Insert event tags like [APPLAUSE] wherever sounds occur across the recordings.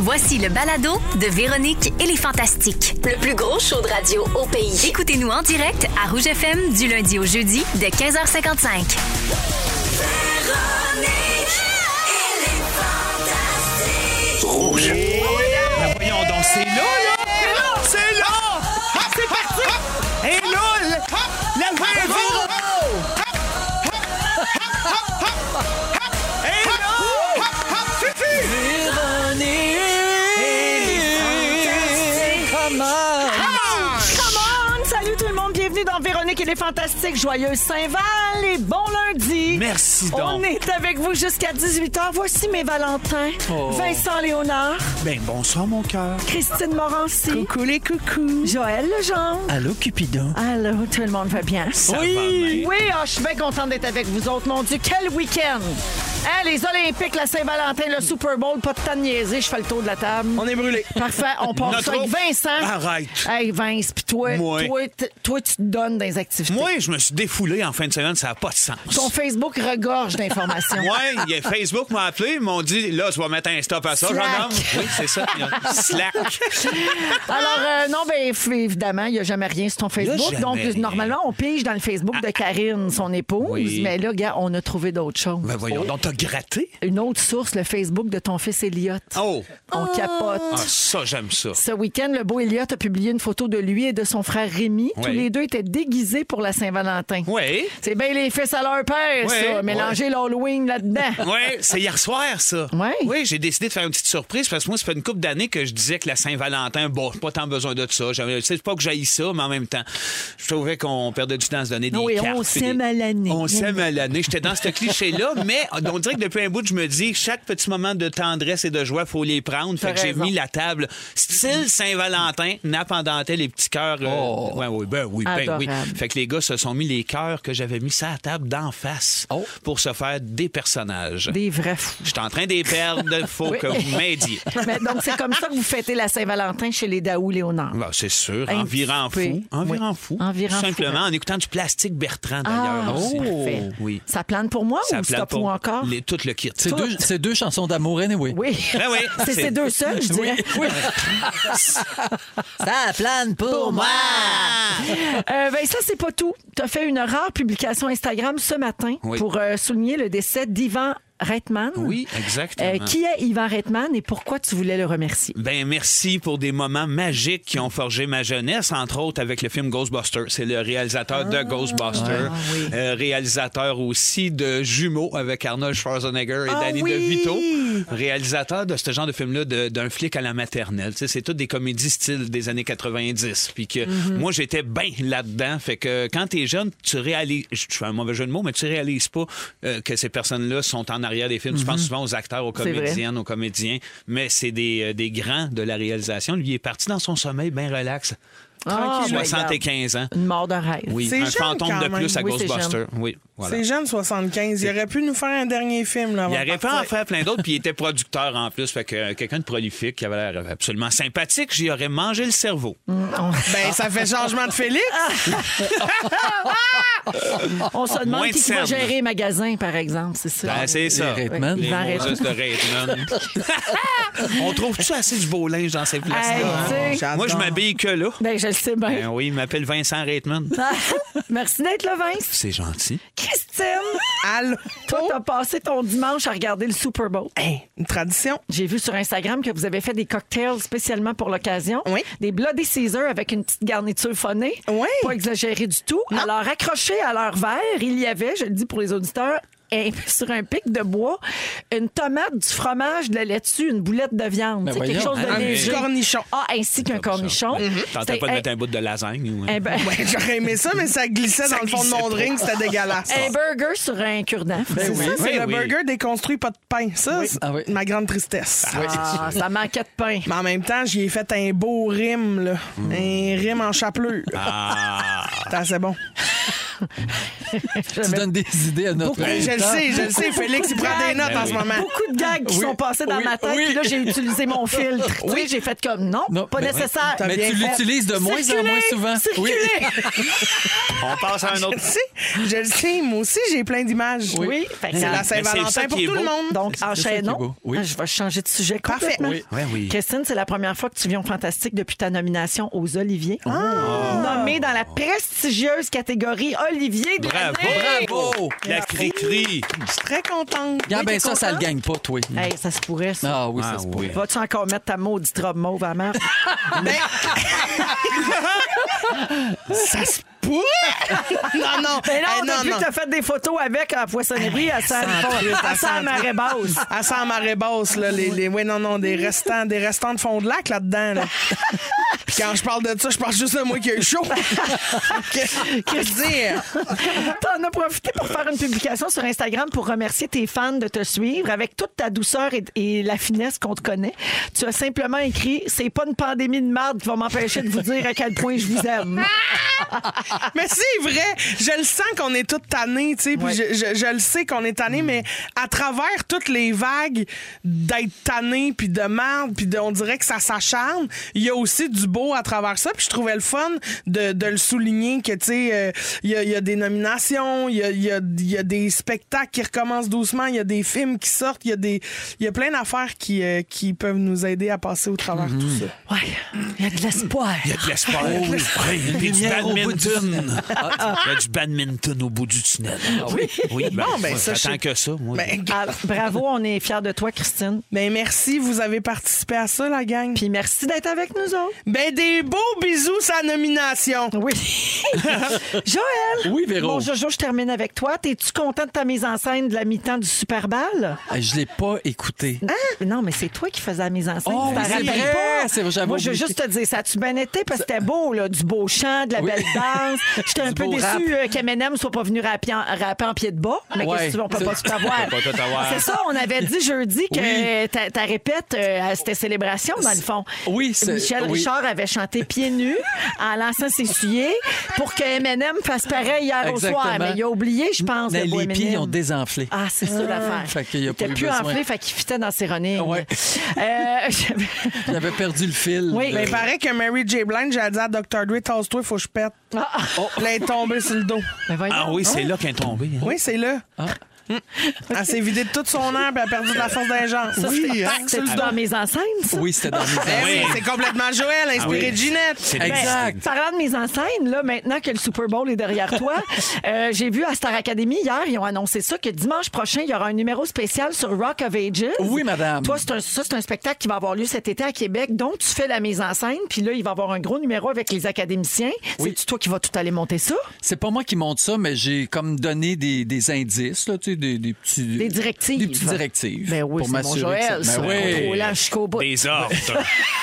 Voici le balado de Véronique et les Fantastiques. Le plus gros show de radio au pays. Écoutez-nous en direct à Rouge FM du lundi au jeudi de 15h55. Rouge. Ben voyons donc, c'est là, là! C'est là! Ah, c'est parti! Ah, Et là, le- la fin du- Et là! Fifi! Come on! Salut tout le monde, bienvenue dans Véronique et les Fantastiques. Joyeuse Saint-Val et bon lundi. Merci On donc. est avec vous jusqu'à 18h. Voici mes Valentins. Oh. Vincent Léonard, Ben bonsoir, mon cœur. Christine Morancy, Coucou les coucous. Joël Legendre. Allô, Cupidon. Allô, tout le monde va bien? Oh, Oui! Oui, ah, je suis bien contente d'être avec vous autres. Mon Dieu, quel week-end! Hein, les Olympiques, la Saint-Valentin, le Super Bowl, pas de temps de niaiser, je fais le tour de la table. On est brûlé. Parfait, on part Notre ça avec autre. Vincent. Arrête. Hey, Vince, puis toi, Moi. toi, t- toi, tu te donnes des activités. Moi, je me suis défoulé en fin de semaine, ça n'a pas de sens. Ton Facebook regorge d'informations. [LAUGHS] Ouais, il y a Facebook m'a appelé, ils m'ont dit là, je vais mettre un stop à ça, Slack. gendarme. Oui, c'est ça. il y a- [LAUGHS] Slack. Alors, euh, non, ben f- évidemment, il n'y a jamais rien sur ton Facebook. jamais Donc, rien. normalement, on pige dans le Facebook de Karine, son épouse. Oui. Mais là, gars, on a trouvé d'autres choses. Ben voyons, donc t'as gratté? Une autre source, le Facebook de ton fils Elliot. Oh! On Ah, capote. ça, j'aime ça. Ce week-end, le beau Elliot a publié une photo de lui et de son frère Rémi. Tous Oui. les deux étaient déguisés pour la Saint-Valentin. Oui. C'est bien les fils à leur père, Oui. ça. Mélanger [LAUGHS] l'Halloween là-dedans. Oui, c'est hier soir, ça. Ouais. Oui, j'ai décidé de faire une petite surprise parce que moi, ça fait une couple d'années que je disais que la Saint-Valentin, bon, j'ai pas tant besoin de ça. J'avais- C'est pas que j'aille ça, mais en même temps, je trouvais qu'on perdait du temps à se donner des Oui, on cartes. puis s'aime des- à l'année. On s'aime à l'année. J'étais dans ce cliché-là, [LAUGHS] mais on dirait que depuis un bout, je me dis, chaque petit moment de tendresse et de joie, faut les prendre. Fait T'as que j'ai raison. mis la table style Saint-Valentin, nappe en dentelle, les petits cœurs. euh, ouais, oui, ben oui, ben oui. Oh. Adorable. Fait que les gars se sont mis les cœurs que j'avais mis ça à table d'en face pour se faire des personnages. Oh. Des vrais fous. Je suis en train de les [LAUGHS] perdre, faut Oui. que vous m'aidiez. [LAUGHS] Mais donc, c'est comme ça que vous fêtez la Saint-Valentin chez les Daou Léonard. Ben, c'est sûr, Un en virant petit peu. fou. En Oui. virant fou. En virant Tout fou, Simplement, ouais. en écoutant du plastique Bertrand, Ah, d'ailleurs. aussi. c'est parfait. Oh, Oui. Ça plane pour moi ou plane stop pour ou encore? les- tout le kit. C'est deux, c'est deux chansons d'amour, anyway. Oui. Ben oui, [LAUGHS] c'est c'est- ces deux [LAUGHS] seuls, je dirais. Ben, Ça plane pour moi. Euh, ben, ça, c'est pas tout. Tu as fait une rare publication Instagram ce matin Oui. pour euh, souligner le décès d'Ivan Reitman. Oui, Euh, exactement. qui est Ivan Reitman et pourquoi tu voulais le remercier? Ben merci pour des moments magiques qui ont forgé ma jeunesse, entre autres avec le film Ghostbusters. C'est le réalisateur Ah, de Ghostbusters, Euh, réalisateur aussi de Jumeaux avec Arnold Schwarzenegger et Ah Danny oui! DeVito, réalisateur de ce genre de film-là de- d'un flic à la maternelle. Tu sais, c'est toutes des comédies style des années 90. Puis que Mhm. moi j'étais bien là-dedans. Fait que quand t'es jeune, tu réalises, je je fais un mauvais jeu de mots, mais tu réalises pas euh, que ces personnes-là sont en arrière des films. Tu penses souvent aux acteurs, aux Mhm. C'est vrai. comédiens aux comédiens, mais c'est des, euh, des grands de la réalisation. Lui il est parti dans son sommeil bien relax. Ah, ben, 75 ans. Une mort de rêve. Oui, C'est un jeune fantôme quand de plus même. à Oui, c'est Ghostbuster. Oui, voilà. C'est jeune, 75. Il aurait pu nous faire un dernier film. Là, Il avant de aurait pu partir. en faire plein [LAUGHS] d'autres, puis il était producteur en plus. Fait que euh, quelqu'un de prolifique qui avait l'air absolument sympathique, j'y aurais mangé le cerveau. [LAUGHS] Ben, ça fait changement de Félix. On se demande Ah, Moins de qui, qui va scène. gérer les magasins, par exemple, c'est ça? Ben, c'est ça. Les Reitman. Les Ivan Moses de Reitman. [LAUGHS] On trouve-tu assez du beau linge dans ces Hey, places-là? hein? tu sais, J'adore. Moi, je m'habille que là. ben, je le sais bien. Ben oui, il m'appelle Vincent Reitman. [LAUGHS] Merci d'être là, Vince. C'est gentil. Christine, Allô? toi, t'as passé ton dimanche à regarder le Super Bowl. Hey, une tradition. J'ai vu sur Instagram que vous avez fait des cocktails spécialement pour l'occasion. Oui. Des Bloody Caesar avec une petite garniture phonée. Oui. Pas exagéré du tout. Alors, accroché à leur verre, il y avait, je le dis pour les auditeurs, un- [LAUGHS] sur un pic de bois, une tomate, du fromage, de la laitue, une boulette de viande. Ben Tu sais, quelque voyons. chose de Ah, mais- léger. Cornichon. Mhm. Ah, ainsi qu'un cornichon. T'entends Ben, pas de mettre un bout de lasagne ou... un, un- Mm-hmm. Ben, J'aurais aimé ça, mais ça glissait Ça dans le fond de glissait mon pas. drink. C'était dégueulasse. un burger sur un cure-dent. C'est ça, c'est Oui, le oui. burger déconstruit, pas de pain. Ça, c'est Ah oui. ma grande tristesse. Ah, ça manquait de pain. Mais en même temps, j'y ai fait un beau rime, là. Un rime en chapelure. Hmm. Ah, C'était assez bon. Tu donnes des idées à notre Ben, Oui, je le auditeur. sais, je le sais. Félix, il prend des notes en ce moment. Ben [LAUGHS] Beaucoup de gags qui Oui, sont passés dans oui, ma tête. oui. puis là, j'ai utilisé mon filtre. Tu sais, [LAUGHS] Oui. j'ai fait comme non, Non, pas mais- nécessaire. T'as bien Mais tu fait. l'utilises de moins en Circuler, moins souvent. Oui. circuler. On passe à [LAUGHS] un Je le autre. sais, je le sais. Moi aussi, j'ai plein d'images. Oui, fait que C'est ça- la c'est ça Saint-Valentin qui pour est tout le beau. monde. Donc, ça qui est enchaînons. beau. Oui. Ah, Je vais changer de sujet Parfait. complètement. Oui. Ouais, oui. Christine, c'est la première fois que tu viens au Fantastique depuis ta nomination aux Oliviers. Ah. Nommée dans la prestigieuse catégorie Olivier de Bravo. l'année. Bravo! La cri-cri. Je suis très contente. Regarde t'es bien Ah, ben, ça, ça le contente? gagne pas, toi. Hey, ça se pourrait, ça. Ah oui, Ah ça se oui. pourrait. Vas-tu encore mettre ta maudite robe mauve à la merde? Ça se pourrait! non, non. Mais là, Eh, Ben on a vu que t'as fait des photos avec à la poissonnerie à saint à Saint-Marais basse. [LAUGHS] À ça, en marée basse, là, les, les- oui, non, non, des restants, des restants de fond de lac là-dedans. Là. Puis quand je parle de ça, je parle juste de moi qui ai eu chaud. que, que dire? T'en as profité pour faire une publication sur Instagram pour remercier tes fans de te suivre avec toute ta douceur et, et la finesse qu'on te connaît. Tu as simplement écrit C'est pas une pandémie de marde qui va m'empêcher de vous dire à quel point je vous aime. Mais c'est vrai, je le sens qu'on est tous tannés, tu sais, puis Ouais. je, je- je le sais qu'on est tannés, mais à travers toutes les vagues d'être tannés, puis de merde, puis de- on dirait que ça s'acharne, il y a aussi du beau à travers ça, puis je trouvais le fun de, de le souligner que, tu sais, euh, il y, a- il y a des nominations, il y a, il y a- il y a des spectacles qui recommencent doucement, il y a des films qui sortent, il y a des il y a plein d'affaires qui, euh, qui peuvent nous aider à passer au travers de tout ça. [LAUGHS] Ouais, il y a de l'espoir. Il y a de l'espoir. Ouais, Il y a du Lumière au bout du badminton. Il y a du badminton au bout du tunnel. oui. Oui, ben, Bon, ben, moi, ça, je- j'attends que ça. moi. Ben, Ah, bravo, on est fiers de toi, Christine. ben, merci, vous avez participé à ça, la gang. Puis merci d'être avec nous autres. Ben, des beaux bisous, sa nomination. Oui. Joël. Oui, Véro. Bon, Jojo, je termine avec toi. T'es-tu content de ta mise en scène de la mi-temps du Super Bowl? Ah, Je l'ai pas écouté. Hein? Non, mais c'est toi qui faisais la mise en scène. Oh, tu t'en c'est rappelles vrai. pas. C'est vrai, j'avais Moi, je veux oublié. juste te dire, ça a-tu bien été? Parce que c'était beau, là, du beau chant, de la Oui. belle danse. [LAUGHS] J'étais un Du peu beau rap. déçue euh, qu'Eminem soit pas venu rapper en, rapper en pied de bas. Mais Ouais. qu'est-ce que tu veux, on peut pas tout avoir. On peut pas tout avoir. C'est ça, on avait dit jeudi que Oui. ta, ta répète, euh, c'était célébration, dans le fond. Oui, c'est- Michel oui. Richard avait chanté pieds nus en lançant ses souliers pour que Eminem fasse pareil hier au soir. Exactement. Mais il a oublié, je pense, Mais le beau les pieds Eminem. ont désenflé. Ah, c'est ça l'affaire. Fait qu'il y a pas était eu plus besoin. enflé, fait qu'il fitait dans ses running. Ouais. Euh, [LAUGHS] je- J'avais perdu le fil. Euh, Oui. de- Ben, il paraît que Mary J. Blind, j'ai dit à Dr. Dre, tasse-toi, faut que je pète. Ah. Oh. Elle est tombée sur le dos. Ben voyons. Ah oui, c'est là qu'elle est tombée. hein. Oui, c'est là. Ah. Mm. Elle s'est vidée de toute son air puis elle a perdu de la force d'ingénieur. Ça, c'était- c'était-tu dans mes enceintes, ça? hein, Oui, c'était [LAUGHS] dans mes hein? Ah Ben oui, Ah oui. C'est complètement Joël, inspiré oui. de Ginette. C'est Ben, Exact. Parlant de mes enseignes, là, maintenant que le Super Bowl est derrière [LAUGHS] toi, euh, j'ai vu à Star Academy hier, ils ont annoncé ça, que dimanche prochain, il y aura un numéro spécial sur Rock of Ages. Oui, madame. Toi, c'est un, ça, c'est un spectacle qui va avoir lieu cet été à Québec. Donc, tu fais la mise en scène, puis là, il va y avoir un gros numéro avec les académiciens. Oui. C'est-tu toi qui vas tout aller monter ça? C'est pas moi qui monte ça, mais j'ai comme donné des, des indices, là, tu sais, des, des petits. Des directives. Des petites directives. Ben oui, c'est pour mon m'assurer Joël, que ça. ça- Ben oui. Contrôlant jusqu'au bout. Les ordres.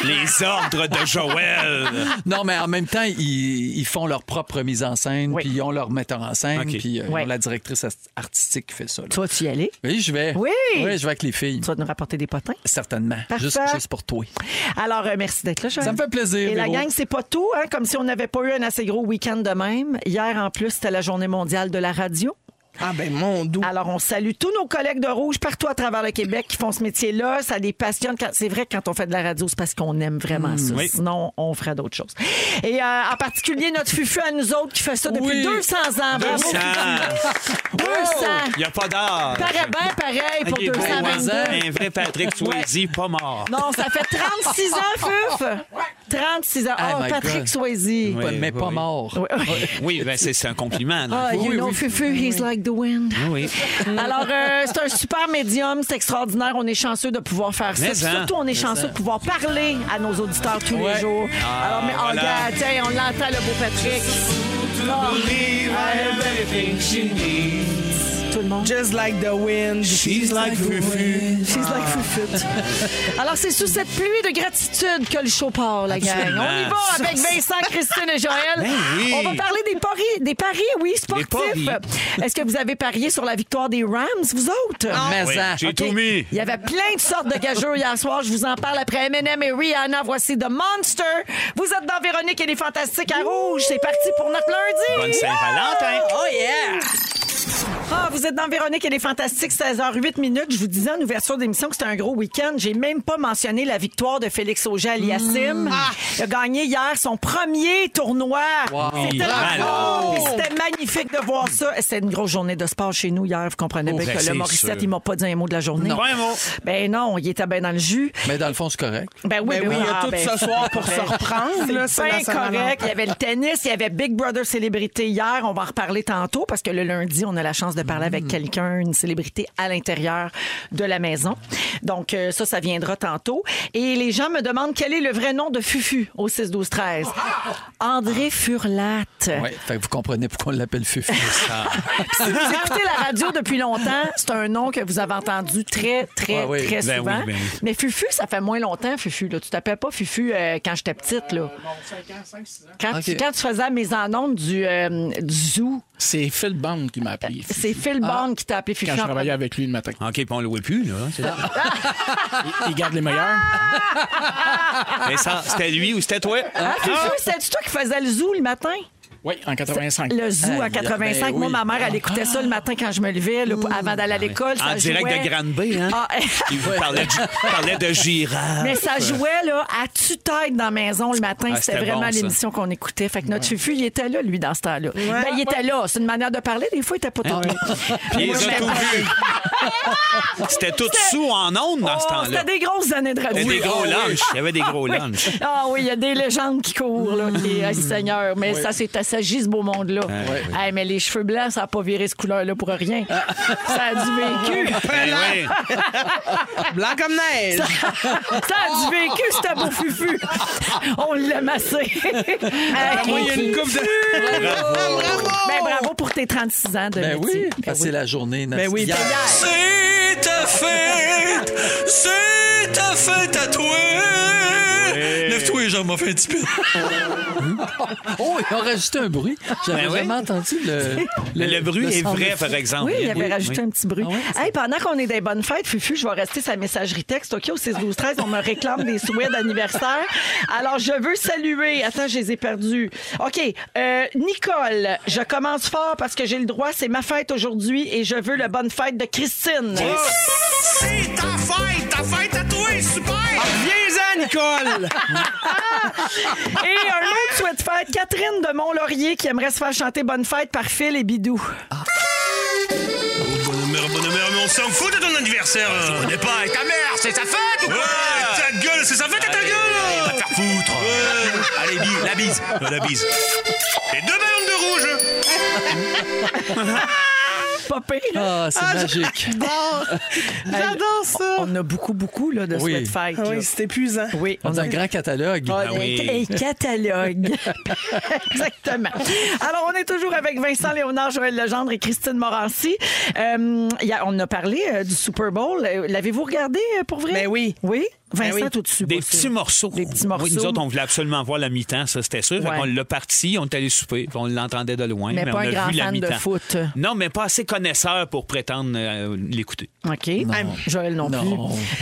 Les ordres de Joël. Non, mais en même temps, ils, ils font leur propre mise en scène, Oui. puis ils ont leur metteur en scène, OK. puis euh, Ouais. ils ont la directrice ast- artistique qui fait ça. là. Toi, tu y aller? Oui, je vais. Oui. je vais avec les filles. Tu vas nous rapporter des potins. Certainement. Parfait. Juste, juste pour toi. Alors, euh, merci d'être là, Joël. Ça me fait plaisir, Et la Véro. gang, c'est pas tout, hein, comme si on n'avait pas eu un assez gros week-end de même. Hier, en plus, c'était la journée mondiale de la radio. Ah ben mon doux. Alors, on salue tous nos collègues de Rouge partout à travers le Québec qui font ce métier-là. Ça les passionne. Quand- C'est vrai que quand on fait de la radio, c'est parce qu'on aime vraiment Hmm. ça. oui. Sinon, on ferait d'autres choses. Et euh, en particulier, notre fufu à nous autres qui fait ça depuis Oui. 200 ans. Bravo, 200. Fufu. 200. Il n'y a pas d'art. Paraît bien pareil pour Ok, bon, 222. hein? Un vrai Patrick Swayze, pas mort. Non, ça fait 36 ans, Fuf! 36 ans. Ah, Oh, my Patrick God. Swayze. Oui, Pas- mais oui, pas oui. mort. Oui, oui. Oui, ben, c'est c'est un compliment. non? Ah, you Oui, know, oui. Fufu, he's like the wind. Oui. Alors, euh, c'est un super médium, c'est extraordinaire. On est chanceux de pouvoir faire ça. Mais Puis en. Surtout, on est chanceux de pouvoir parler à nos auditeurs tous les Ouais. jours. Alors, mais oh, voilà. regarde, tiens, on l'entend, le beau Patrick. Ah. I have everything she needs. tout le monde. Just like the wind. She's like Fufu. She's like Fufut. Alors, c'est sous cette pluie de gratitude que le show part, la gang. Absolument. On y va avec Vincent, Christine et Joël. Ben oui. On va parler des paris, des paris oui, sportifs. Des paris. Est-ce que vous avez parié sur la victoire des Rams, vous autres? Mais Oui, ça. j'ai OK. tout mis. Il y avait plein de sortes de gageux hier soir. Je vous en parle après M&M et Rihanna. Voici The Monster. Vous êtes dans Véronique et les Fantastiques à Rouge. C'est parti pour notre lundi. Bonne Saint-Valentin. Oh yeah! Ah, vous êtes dans Véronique et les Fantastiques, 16h08 minutes. Je vous disais en ouverture d'émission que c'était un gros week-end. J'ai même pas mentionné la victoire de Félix Auger-Aliassime. Il a gagné hier son premier tournoi. C'était la Bravo! folie. C'était magnifique de voir ça. C'était une grosse journée de sport chez nous hier. Vous comprenez bien ben, que le c'est Morissette, sûr. il m'a pas dit un mot de la journée. Pas un mot. Ben non, il était bien dans le jus. Mais dans le fond, c'est correct. Ben oui, Ben oui, il y a ah, tout ben, ce [LAUGHS] soir pour se reprendre. là, sur c'est bien la Saint-Valentin. correct. Il y avait le tennis, il y avait Big Brother célébrité hier. On va en reparler tantôt parce que le lundi, on a la chance de parler Mm. avec quelqu'un, une célébrité à l'intérieur de la maison. Donc, euh, ça, ça viendra tantôt. Et les gens me demandent quel est le vrai nom de Fufu au 6-12-13. Ah! André Furlat. Ouais, fait que vous comprenez pourquoi on l'appelle Fufu. Si vous écoutez la radio depuis longtemps, c'est un nom que vous avez entendu très, très, Ah oui, très ben souvent. oui, ben oui. Mais Fufu, ça fait moins longtemps, Fufu. Là. Tu t'appelais pas Fufu euh, quand j'étais petite. Là. Quand, tu, Ok. quand tu faisais la mise en onde du, euh, du zoo, C'est Phil Bond qui m'a appelé. c'est Phil Bond qui t'a appelé Fufu. Quand je travaillais avec lui le matin. OK, puis on le voit plus, là. C'est- Il, il garde les meilleurs. Mais ça, c'était lui ou c'était toi? Hein, Fufu, c'était toi qui faisais le zoo le matin? Oui, en 85. Le zoo à Aïe, 85. ben Moi, oui. ma mère, elle écoutait ça le matin quand je me levais, là, avant d'aller à l'école. Ah, ben En ça direct jouait. de Grande-Bay, hein? Ah, [LAUGHS] Il vous parlait, de, parlait de girafes. Mais ça jouait là, à tue-tête dans la maison le matin. Ah, c'était c'était vraiment bon, ça. l'émission qu'on écoutait. Fait que notre fufu, il était là, lui, dans ce temps-là. Ben, il était là. C'est une manière de parler. Des fois, il était Ah pas tout là. Puis ils Moi, ont j'étais- tout vu. C'était tout sous en ondes dans ce Oh, temps-là. C'était des grosses années de radio. Il y avait des gros Ah, oui. lunchs. Il y avait des gros lunchs. Ah oui, il y a des légendes qui courent, là, qui, Mm. ah, Seigneur. Mais ça, c'est assagi, ce beau monde-là. Hey, mais les cheveux blancs, ça n'a pas viré cette couleur-là pour rien. Ah. ça a du vécu. Ben oui. Blanc comme neige. Ça a du vécu, ce beau fufu. On l'a massé. Ah, Moi, il y a une coupe de. Ben, bravo pour tes 36 ans de métier. Ben oui, Ben parce que oui. c'est la journée. Ben oui, hier. hier. C'est ta fête, c'est ta fête à toi. Lève-toi et j'en m'en fais un petit peu. Oh, il a rajouté un bruit. J'avais Ben oui. vraiment entendu le. Le, le bruit est son vrai, de par fou. exemple. Oui, il avait rajouté oui. un petit Ah bruit. Hey, pendant qu'on est des bonnes fêtes, Fufu, je vais rester sa messagerie texte. OK, au 6 12 13 on me réclame des souhaits d'anniversaire. Alors, je veux saluer. Attends, je les ai perdus. OK, euh, Nicole, je commence fort parce que j'ai le droit. C'est ma fête aujourd'hui et je veux le bonne fête de Christine. C'est ta fête, ta fête à toi, Ah, super. hein, Viens-en, [LAUGHS] Nicole! Et un autre souhait de fête, Catherine de Mont-Laurier qui aimerait se faire chanter bonne fête par Phil et Bidou. Bonheur, bonheur, mais on s'en fout de ton anniversaire. Ah, Je connais pas. Et ta mère, c'est sa fête ou quoi Ta gueule, c'est sa fête à ta gueule. Va te faire foutre. Allez, bi- la bise. Euh, La bise. Et deux ballons de rouge. Pas pire. Ah, c'est magique. Ah, J'adore ça! On a beaucoup, beaucoup là, de Oui. souhaits de fête. là. Ah Oui, c'est épuisant. Oui, On a un grand catalogue. Ah oui. Et catalogue. Exactement. Alors, on est toujours avec Vincent Léonard, Joël Legendre et Christine Morancy. Euh, il y a- on a parlé euh, du Super Bowl. Euh, L'avez-vous regardé euh, pour vrai? Ben oui. Oui? Vincent, Ben oui. tout de suite. Des aussi. petits morceaux. Des petits morceaux. Oui, nous autres, on voulait absolument voir la mi-temps, ça, c'était sûr. Ouais. on l'a parti, on est allé souper, puis on l'entendait de loin. Mais Mais, pas on un a grand vu la fan de mi-temps. foot. Non, mais pas assez connaisseur pour prétendre euh, l'écouter. OK. Joël non, plus.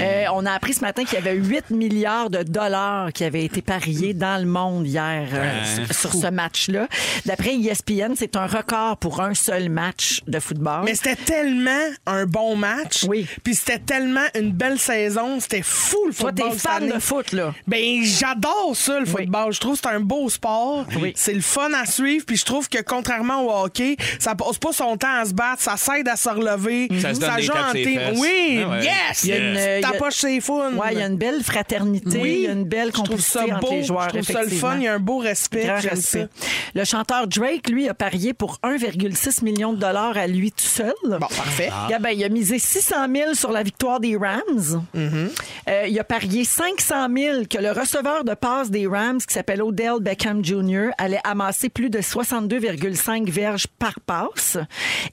Euh, on a appris ce matin qu'il y avait 8 milliards de dollars qui avaient été pariés dans le monde hier euh, Ouais. sur- sur, ce match-là. D'après E ESPN, c'est un record pour un seul match de football. Mais c'était tellement un bon match. Oui. Puis c'était tellement une belle saison. C'était fou le Toi, football. t'es cette fan année. de foot, là. Ben, j'adore ça, le football. Je trouve que c'est un beau sport. Oui. C'est le fun à suivre. Puis je trouve que contrairement au hockey, ça passe pas son temps à se battre. Ça s'aide à se relever. Ça se donne des joue tapes en ses team. fesses. Oui, Ah ouais. yes! Il y a une- il y a- Ta poche, c'est fun. Ouais, il y a une belle fraternité, il y a une belle Je trouve complicité ça entre beau. les joueurs. je trouve ça le fun. Il y a un beau respect. Grand J'aime ça. respect. Le chanteur Drake, lui, a parié pour 1,6 million de dollars à lui tout seul. Eh Bon, parfait. Mm-hmm. Il a, ben, il a misé 600 000 sur la victoire des Rams. Euh, il a parié 500 000 que le receveur de passe des Rams, qui s'appelle Odell Beckham Jr., allait amasser plus de 62,5 verges par passe.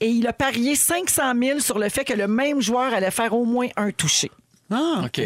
Et il a parié 500 000 sur le fait que le même joueur allait faire au moins un touché. Ah, OK.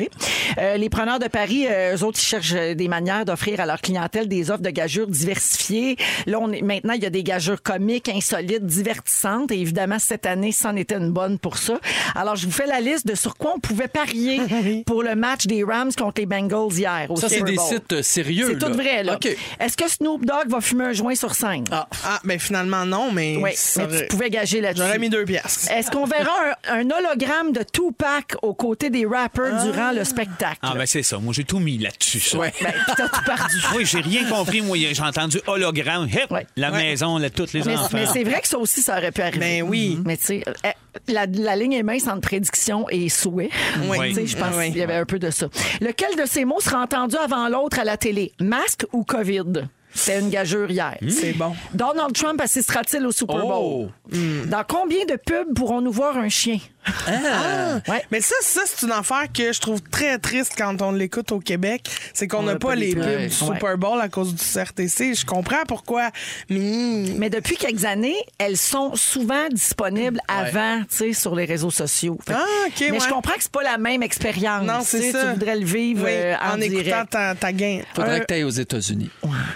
Euh, les preneurs de paris, euh, eux autres, ils cherchent euh, des manières d'offrir à leur clientèle des offres de gageures diversifiées. Là, on est, maintenant, il y a des gageures comiques, insolites, divertissantes. Et évidemment, cette année, c'en était une bonne pour ça. Alors, je vous fais la liste de sur quoi on pouvait parier pour le match des Rams contre les Bengals hier. au Ça, c'est Super des Bowl. sites euh, sérieux. C'est tout là. vrai, là. OK. Est-ce que Snoop Dogg va fumer un joint sur scène? Ah, mais finalement, non, mais. oui, ça mais tu aurait- pouvais Eh gager là-dessus. J'aurais mis deux piastres. Est-ce qu'on verra un, un hologramme de Tupac aux côtés des rappers Ah. durant le spectacle? Ah, ben c'est ça. Moi, j'ai tout mis là-dessus, ça. Ouais. Ben, puis t'as tout perdu. [LAUGHS] Oui, j'ai rien compris. Moi, j'ai entendu hologramme. Hip, Ouais. la maison, là, toutes les Mais, enfants. mais c'est vrai que ça aussi, ça aurait pu arriver. Ben oui. Mais tu sais, euh, la, la ligne est mince entre prédiction et souhait. Oui. [LAUGHS] Tu sais, je pense Oui. qu'il y avait un peu de ça. Lequel de ces mots sera entendu avant l'autre à la télé? Masque ou COVID? C'était une gageure hier. Hmm. C'est bon. Donald Trump assistera-t-il au Super Oh. Bowl? Hmm. Dans combien de pubs pourrons-nous voir un chien? Ah, Ouais. Mais ça, ça c'est une affaire que je trouve très triste quand on l'écoute au Québec. C'est qu'on n'a pas, les pubs pubs. du Super Ouais. Bowl à cause du CRTC. Je comprends pourquoi. Mais Mais depuis quelques années, elles sont souvent disponibles avant, tu sais, sur les réseaux sociaux. Fait que- Ah, OK, Mais ouais. je comprends que c'est pas la même expérience. non, tu c'est sais, ça. Tu voudrais le vivre Oui, euh, en, écoutant direct. ta, ta gain. Faudrait Euh, que t'ailles aux États-Unis.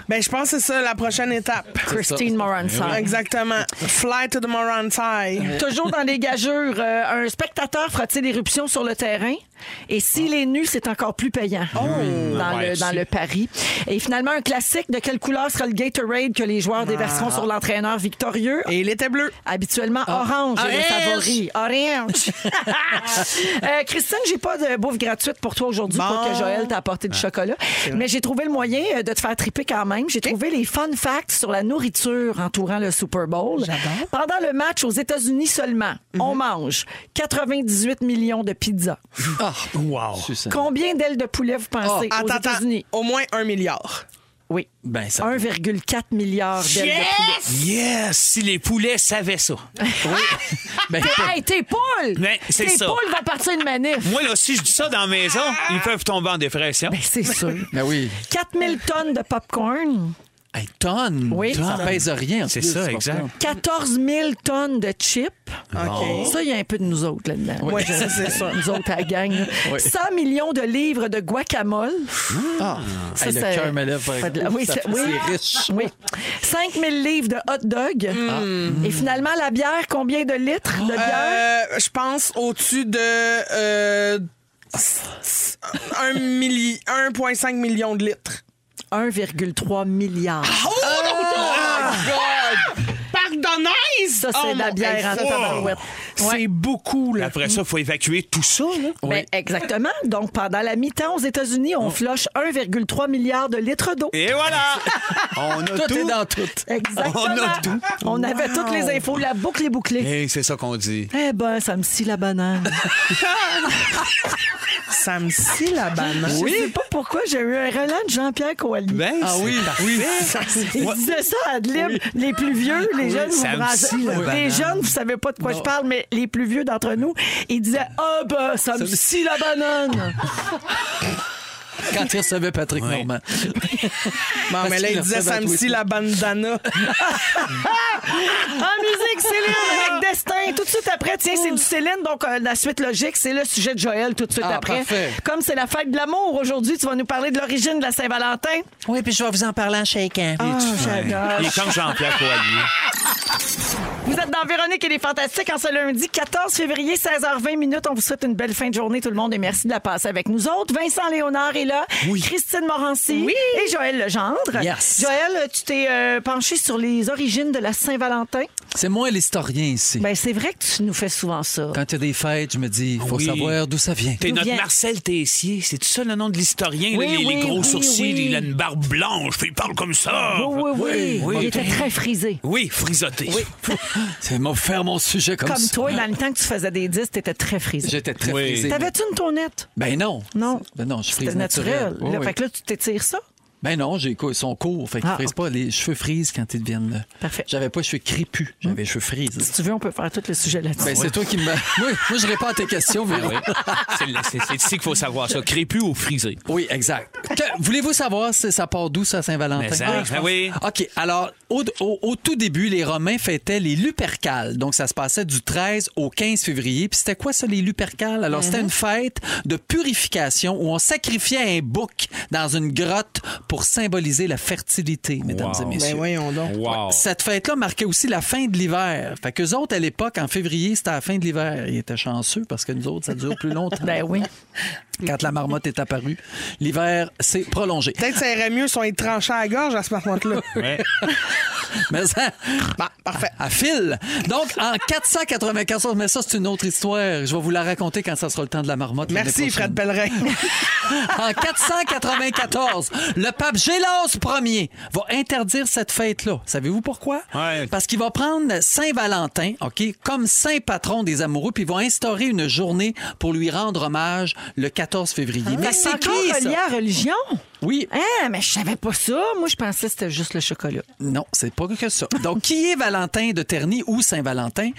ben, je pense que c'est ça la prochaine étape. Christine Ben Moranson. Exactement. Fly to the Moron Tie. Toujours dans les gageures, euh, un spectateur fera-t-il éruption sur le terrain? Et s'il est nu, c'est encore plus payant dans, Ouais, le, dans si. le pari. Et finalement, un classique, de quelle couleur sera le Gatorade que les joueurs déverseront sur l'entraîneur victorieux? Et il était bleu. Habituellement orange, est le favori. Orange. Euh, Christine, j'ai pas de bouffe gratuite pour toi aujourd'hui Bon. pour que Joël t'a apporté Ah. du chocolat. Mais j'ai trouvé le moyen euh, de te faire triper quand même. J'ai trouvé les fun facts sur la nourriture entourant le Super Bowl. Pendant le match aux États-Unis seulement, on mange 98 millions de pizzas. Ah, Wow. Susan. Combien d'ailes de poulet vous pensez aux Oh, Attends, attends. États-Unis? Au moins un milliard. Oui. Ben, ça. 1,4 milliard d'ailes de poulet. Yes! Si les poulets savaient ça. Ben, Hey, Ah, tes poules! Mais c'est tes ça. poules vont partir une manif. [LAUGHS] Moi, là, si je dis ça dans la maison, ils peuvent tomber en dépression. Ah! Ben, c'est sûr. ben oui. 4000 tonnes de popcorn, Hey, tonne. Oui. Ça pèse rien. en C'est plus, ça, pas exact. 14 000 tonnes de chips. OK. Ça, il y a un peu de nous autres là-dedans. Oui, ça, c'est ça. Nous autres à la gang. là. Oui. 100 millions de livres de guacamole. Ah, Ça, hey, le ça- cœur me lève. ça fait de la- oui, Ça ça- fait- oui. C'est riche. Oui. 5 000 livres de hot dog. Ah. Et finalement, la bière, combien de litres de bière? Euh, je pense au-dessus de euh, un milli- 1,5 million de litres. 1,3 milliard. Ah. Oh, Ah! Pardonnez! Ça, c'est Oh de la bière hein, en tabarouette. C'est beaucoup, là. Après ça, il faut évacuer tout ça. Là. Ben, exactement. Donc, pendant la mi-temps aux États-Unis, Oh. on floche 1,3 milliard de litres d'eau. Et [LAUGHS] voilà! On a Tout, tout. est dans tout. Exactement. On a tout. On avait toutes les infos. La boucle est bouclée. Hey, c'est ça qu'on dit. Eh ben, ça me scie la banane. Ça me scie la banane. Je sais pas pourquoi j'ai eu un relent de Jean-Pierre Coaly. Ben, Ah c'est oui, oui. Il moi- disait ça à Adlib. Les plus vieux, les jeunes, vous ça me branchez- scie la Les banane. jeunes, vous savez pas de quoi je parle, mais les plus vieux d'entre nous, ils disaient Ah ben, ça me scie la banane. Quand il recevait Patrick Ouais. Normand. Non, mais là, il disait ça me scie la bandana. Ben En Ah, musique, Céline avec Destin. Tout de suite après, tiens, c'est du Céline, donc euh, la suite logique, c'est le sujet de Joël tout de suite Ah, après. parfait. Comme c'est la fête de l'amour aujourd'hui, tu vas nous parler de l'origine de la Saint-Valentin. Oui, puis je vais vous en parler en shaking. Ah, j'adore. Il est comme Jean-Pierre Coilier. Vous êtes dans Véronique et les Fantastiques en ce lundi 14 février, 16h20 minutes. On vous souhaite une belle fin de journée, tout le monde, et merci de la passer avec nous autres. Vincent Léonard est là, Christine Morancy et Joël Legendre. Yes. Joël, tu t'es euh, penché sur les origines de la Saint-Valentin. C'est moi l'historien ici. Ben, c'est vrai que tu nous fais souvent ça. Quand il y a des fêtes, je me dis, faut Oui. savoir d'où ça vient. T'es D'où notre vient- Marcel Tessier. C'est ça le nom de l'historien? là? Oui, les, les oui, gros oui, sourcils, oui. il a une barbe blanche, puis il parle comme ça. Oui, oui, oui. oui. Il était très frisé. Oui, frisoté. C'est m'a faire mon sujet comme, Comme ça. toi, dans le temps que tu faisais des 10, t'étais très frisé. J'étais très Oui. frisé. T'avais-tu une tournette? Ben non. Non. Ben non, je C'était frise naturel. naturel. Oui, Là, oui. Fait que là, tu t'étires ça. Ben non, j'ai cou- ils sont courts, fait qu'ils Ah, frisent ok. pas. Les cheveux frisent quand ils deviennent. là. Parfait. J'avais pas les cheveux crépus, j'avais les cheveux frises. Si tu veux, on peut faire tout le sujet là-dessus. Ben, c'est [LAUGHS] toi qui me. moi, moi, je réponds à tes questions, Véro. Oui. C'est le- C'est c'est ici qu'il faut savoir ça. Crépu ou frisé? Oui, exact. Que- Voulez-vous savoir si ça part d'où, ça, Saint-Valentin? Mais ça, Ah, je ben pense. oui. OK. Alors, au, au- au tout début, les Romains fêtaient les Lupercales. Donc, ça se passait du 13 au 15 février. Puis, c'était quoi, ça, les Lupercales? Alors, c'était une fête de purification où on sacrifiait un bouc dans une grotte pour symboliser la fertilité, mesdames Wow. et messieurs. Ben voyons donc. Wow. Ouais. Cette fête-là marquait aussi la fin de l'hiver. Fait qu'eux autres, à l'époque, en février, c'était la fin de l'hiver. Ils étaient chanceux parce que nous autres, ça dure plus longtemps. Ben oui. Quand la marmotte est apparue, l'hiver s'est prolongé. Peut-être ça irait mieux si on est tranché à la gorge à ce moment-là. Ouais. Mais ça, Bon, parfait. à fil. Donc, en 494, mais ça, c'est une autre histoire. Je vais vous la raconter quand ça sera le temps de la marmotte. l'année Merci, prochaine. Fred Pellerin. En 494, le pape Gélas Ier va interdire cette fête-là. Savez-vous pourquoi? Ouais. Parce qu'il va prendre Saint-Valentin, OK, comme saint patron des amoureux, puis il va instaurer une journée pour lui rendre hommage le 14 février. mais c'est Ah, encore qui, relié ça? à la religion? Oui. Hein, mais je savais pas ça. Moi, je pensais que c'était juste le chocolat. Ben Non, c'est pas que ça. Donc, qui est Valentin de Terny ou Saint-Valentin?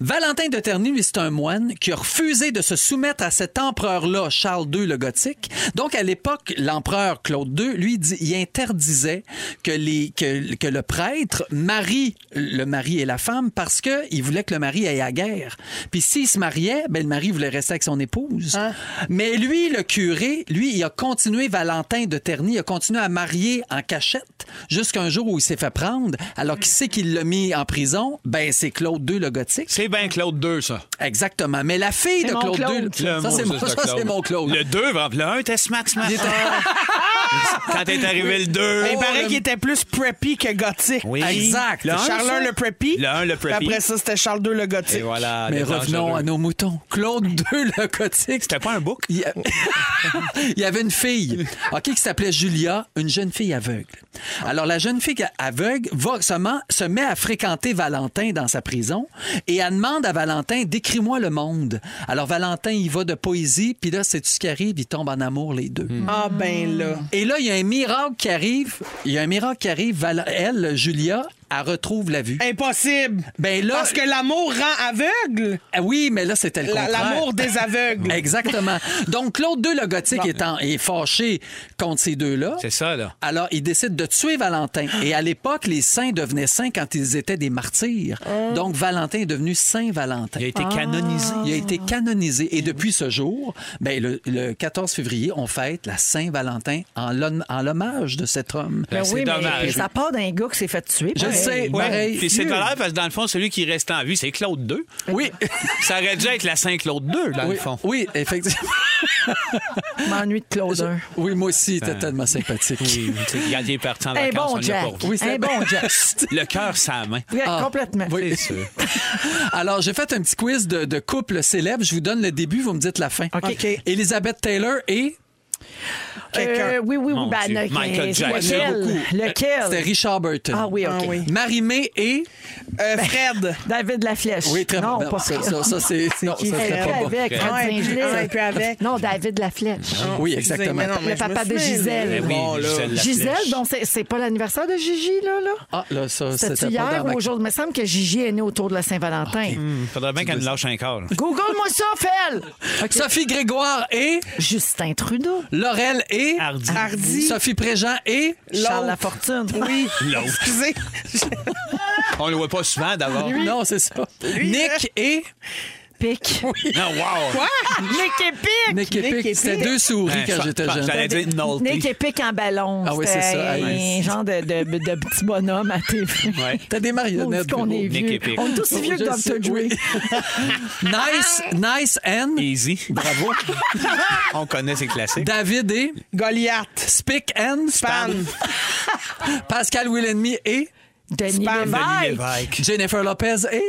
Valentin de Terny, lui, c'est un moine qui a refusé de se soumettre à cet empereur-là, Charles II le Gothique. Donc, à l'époque, l'empereur Claude II, lui, dit- il interdisait que, les, que, que le prêtre marie le mari et la femme parce qu'il voulait que le mari aille à la guerre. Puis s'il se mariait, ben, le mari voulait rester avec son épouse. Hein? Mais lui, le curé, lui, il a continué, Valentin de Terny, il a continué à marier en cachette jusqu'à un jour où il s'est fait prendre. Alors, qui c'est qui l'a mis en prison? Ben, c'est Claude II, le gothique. C'est bien Claude 2, ça. Exactement. Mais la fille de mon Claude, Claude. II, Le ça, mot, c'est mon, ça, Claude. c'est mon Claude. Le 2, le 1 était smack, smack. Il était- [LAUGHS] Quand est arrivé le 2. Il paraît le- qu'il était plus preppy que gothique. Oui. Exact. Le Le un, Charles ça? I, le preppy. Le un, le Puis preppy. Après ça, c'était Charles II, le gothique. Et voilà. Mais Ah, le revenons dangereux. à nos moutons. Claude II, le gothique. C'était pas un bouc? Il y, a- [LAUGHS] Il y avait une fille, OK, qui s'appelait Julia, une jeune fille aveugle. Alors, la jeune fille aveugle va seulement, se met à fréquenter Valentin dans sa prison et elle demande à Valentin Décris-moi le monde. Alors, Valentin, il va de poésie, puis là, c'est ce qui arrive, ils tombent en amour les deux. Ah ben là. Et là, il y a un miracle qui arrive. Il y a un miracle qui arrive. Val- Elle, Julia, elle retrouve la vue. Impossible. Ben là- Parce que l'amour rend aveugle. Ah oui, mais là, c'était le La- contraire. Ben L'amour des aveugles. Exactement. Donc, Claude II, le gothique, est, en- est fâché contre ces deux-là. C'est ça, là. Alors, il décide de tuer Valentin. Et à l'époque, les saints devenaient saints quand ils étaient des martyrs. Donc, Valentin est devenu Saint-Valentin. Il a été canonisé. Il a été canonisé. Et depuis ce jour, ben, le, le 14 février, on fête la Saint-Valentin en l'hon- en l'hommage de cet homme. Ben, c'est dommage. ça part d'un gars qui s'est fait tuer. Je le pareil. Ouais. sais. pareil. Puis c'est de valeur parce que dans le fond, celui qui reste en vie, c'est Claude 2. Oui. Ça aurait dû être la Saint-Claude 2, dans Oui, le fond. oui, effectivement. Je M'ennuie de Claude. un. Oui, moi aussi, t'es tellement sympathique. Ben. Oui, tu sais, Regarde, il est parti en Un vacances. on Eh, bon l'a Jack. pas revu. Oui, c'est- Un bon [LAUGHS] Jack. Le cœur, sa main. Ouais, Ah. Complètement. Oui. C'est sûr. [LAUGHS] Alors, j'ai fait un petit quiz de, de couples célèbres. Je vous donne le début, vous me dites la fin. OK. Elisabeth Taylor et Quelqu'un. Euh, oui, oui, oui. Mon ben, Dieu. le- Michael Jackson. Lequel? c'était Lequel? Richard Burton. Ah oui, OK. Ah oui. Marie-Mé et... Euh, Fred. David Laflèche. Oui, très non, bon. Pas ça, Fred. ça, ça, c'est... Non, ça Qui serait fait pas bon. avec Ah, et puis- Radzinski. ah, et puis avec. Non, David Laflèche. Oui, Excusez, exactement. Ben mais non, mais Le je me papa de souviens, Gisèle. mais Eh oui, bon, là. Gisèle Laflèche. Gisèle, donc c'est- c'est pas l'anniversaire de Gigi, là, là? Ah, là, ça, C'était c'était pas hier dans ma... ou aujourd'hui? Il me semble que Gigi est né autour de la Saint-Valentin. Il Hmm, faudrait bien qu'elle nous lâche un corps. Google-moi ça, Fel! Sophie Grégoire et... Justin Trudeau. Laurel et... Hardy. Hardy. Sophie Préjean et... Charles Lafortune. Oui. L'autre. Excusez. [LAUGHS] Ah. On le voit pas souvent d'abord. Non, c'est ça. euh, Nick et... Pic. Non, wow. Hein, Quoi? Nick Ben, et Pic! Nick Nick et et Pic. Pic. C'était deux souris quand j'étais jeune. J'allais dire Nolte. Nick et Pic en ballon. Ah oui, c'est C'était ça. Ah oui. Un genre de, de, de petit bonhomme à TV. Ouais. T'as des marionnettes. On est Nick vieux. et Pic. On est aussi vieux que Oh, Je sais, Dr. Dre. oui. [LAUGHS] nice, nice and... Easy. Bravo. [LAUGHS] On connaît ses classiques. David et... Goliath. Spick and... Pan. Pascal Willenmy et... Denis Spam. Denis Lévesque. Lévesque. Jennifer Lopez et...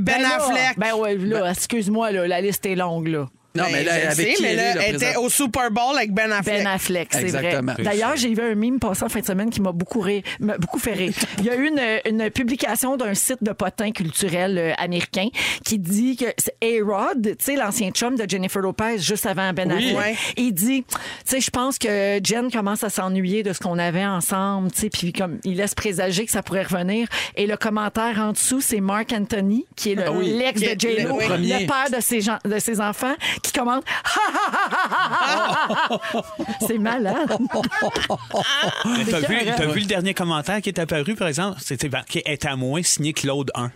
Ben là, Affleck. Ben oui, là, excuse-moi, là, la liste est longue, là. Non, mais là, je avec sais, qui mais elle là, est, là, elle était présentement? au Super Bowl avec Ben Affleck. Ben Affleck, c'est vrai. Exactement. D'ailleurs, j'ai vu un mime passant en fin de semaine qui m'a beaucoup, ri- m'a beaucoup [LAUGHS] fait rire. Il y a eu une, une publication d'un site de potins culturels euh, américain qui dit que c'est A-Rod, tu sais, l'ancien chum de Jennifer Lopez, juste avant Ben Oui. Affleck, Ouais. il dit, tu sais, je pense que Jen commence à s'ennuyer de ce qu'on avait ensemble, tu sais, puis comme il laisse présager que ça pourrait revenir. Et le commentaire en dessous, c'est Mark Anthony, qui est le- Ah oui. l'ex de Qui est J-Lo, le le, premier. père de ses, gens- de ses enfants, qui [LAUGHS] commente, Oh! c'est malade. Mais T'as C'est vu, carré. t'as vu le dernier commentaire qui est apparu, par exemple? C'était marqué « Est à moi, signé Claude 1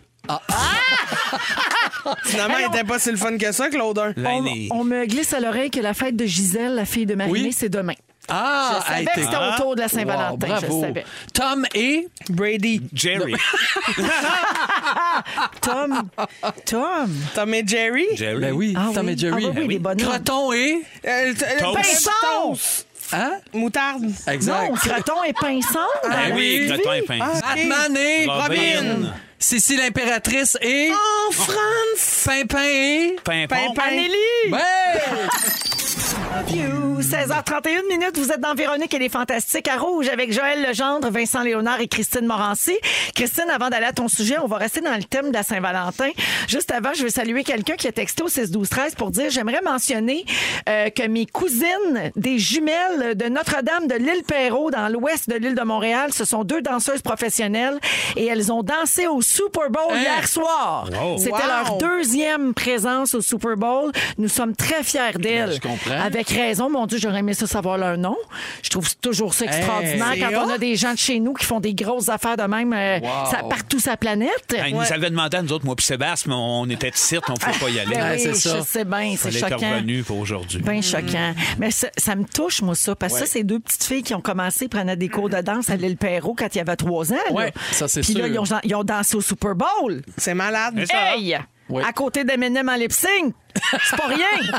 Finalement, Ben elle était pas si le fun que ça, Claude. hein? un. ». L'année. On me glisse à l'oreille que la fête de Gisèle, la fille de Marinée, Oui. c'est demain. Ah, Je savais hey, que t'es- c'était autour de la Saint-Valentin, Wow, je bravo. savais. Tom et Brady. Jerry. Tom, Tom, Tom et Jerry. Jerry. ben oui, Ah Tom oui. et Jerry. Ah oui, oui, des bonhommes. Croton et Euh, t- le Toast. Toast. hein Moutarde. Exact. non, Creton et Pinson. Ah, Ben Ah, oui, Creton et Pinson. Batman et Robin. Cécile l'impératrice et Ah! En France. Pimpin et Pimpon. Pimpin. Anélie! Ouais! 16h31 minutes, vous êtes dans Véronique et les Fantastiques à Rouge avec Joël Legendre, Vincent Léonard et Christine Morancy. Christine, avant d'aller à ton sujet, on va rester dans le thème de la Saint-Valentin. Juste avant, je veux saluer quelqu'un qui a texté au 6-12-13 pour dire j'aimerais mentionner euh, que mes cousines des jumelles de Notre-Dame de l'île Perrault dans l'ouest de l'île de Montréal, ce sont deux danseuses professionnelles et elles ont dansé au Super Bowl hier soir. Wow. C'était Wow. leur deuxième présence au Super Bowl. Nous sommes très fiers d'elles. je comprends. Avec raison, mon Dieu, j'aurais aimé ça savoir leur nom. Je trouve toujours ça extraordinaire c'est quand on a hot. des gens de chez nous qui font des grosses affaires de même euh, Wow. ça- partout sa planète. Ah, Ils nous avaient demandé à nous autres, moi puis Sébastien, mais on était de cirque, on ne pouvait pas y aller. Ben Ouais, oui, c'est ça. Je sais bien, c'est fallait être choquant. Ben. revenu pour aujourd'hui. Mm. Bien choquant. Mais ça, ça me touche, moi, ça. Parce que ça, c'est deux petites filles qui ont commencé, prenaient des cours de danse à l'île Perrault quand il y avait trois ans. là. Ouais, ça, c'est Puis là, sûr. hein? ils ont, ils ont dansé au Super Bowl. C'est malade. C'est ça. Hey! Oui. À côté d'Eminem en lip sync. C'est pas [LAUGHS] rien.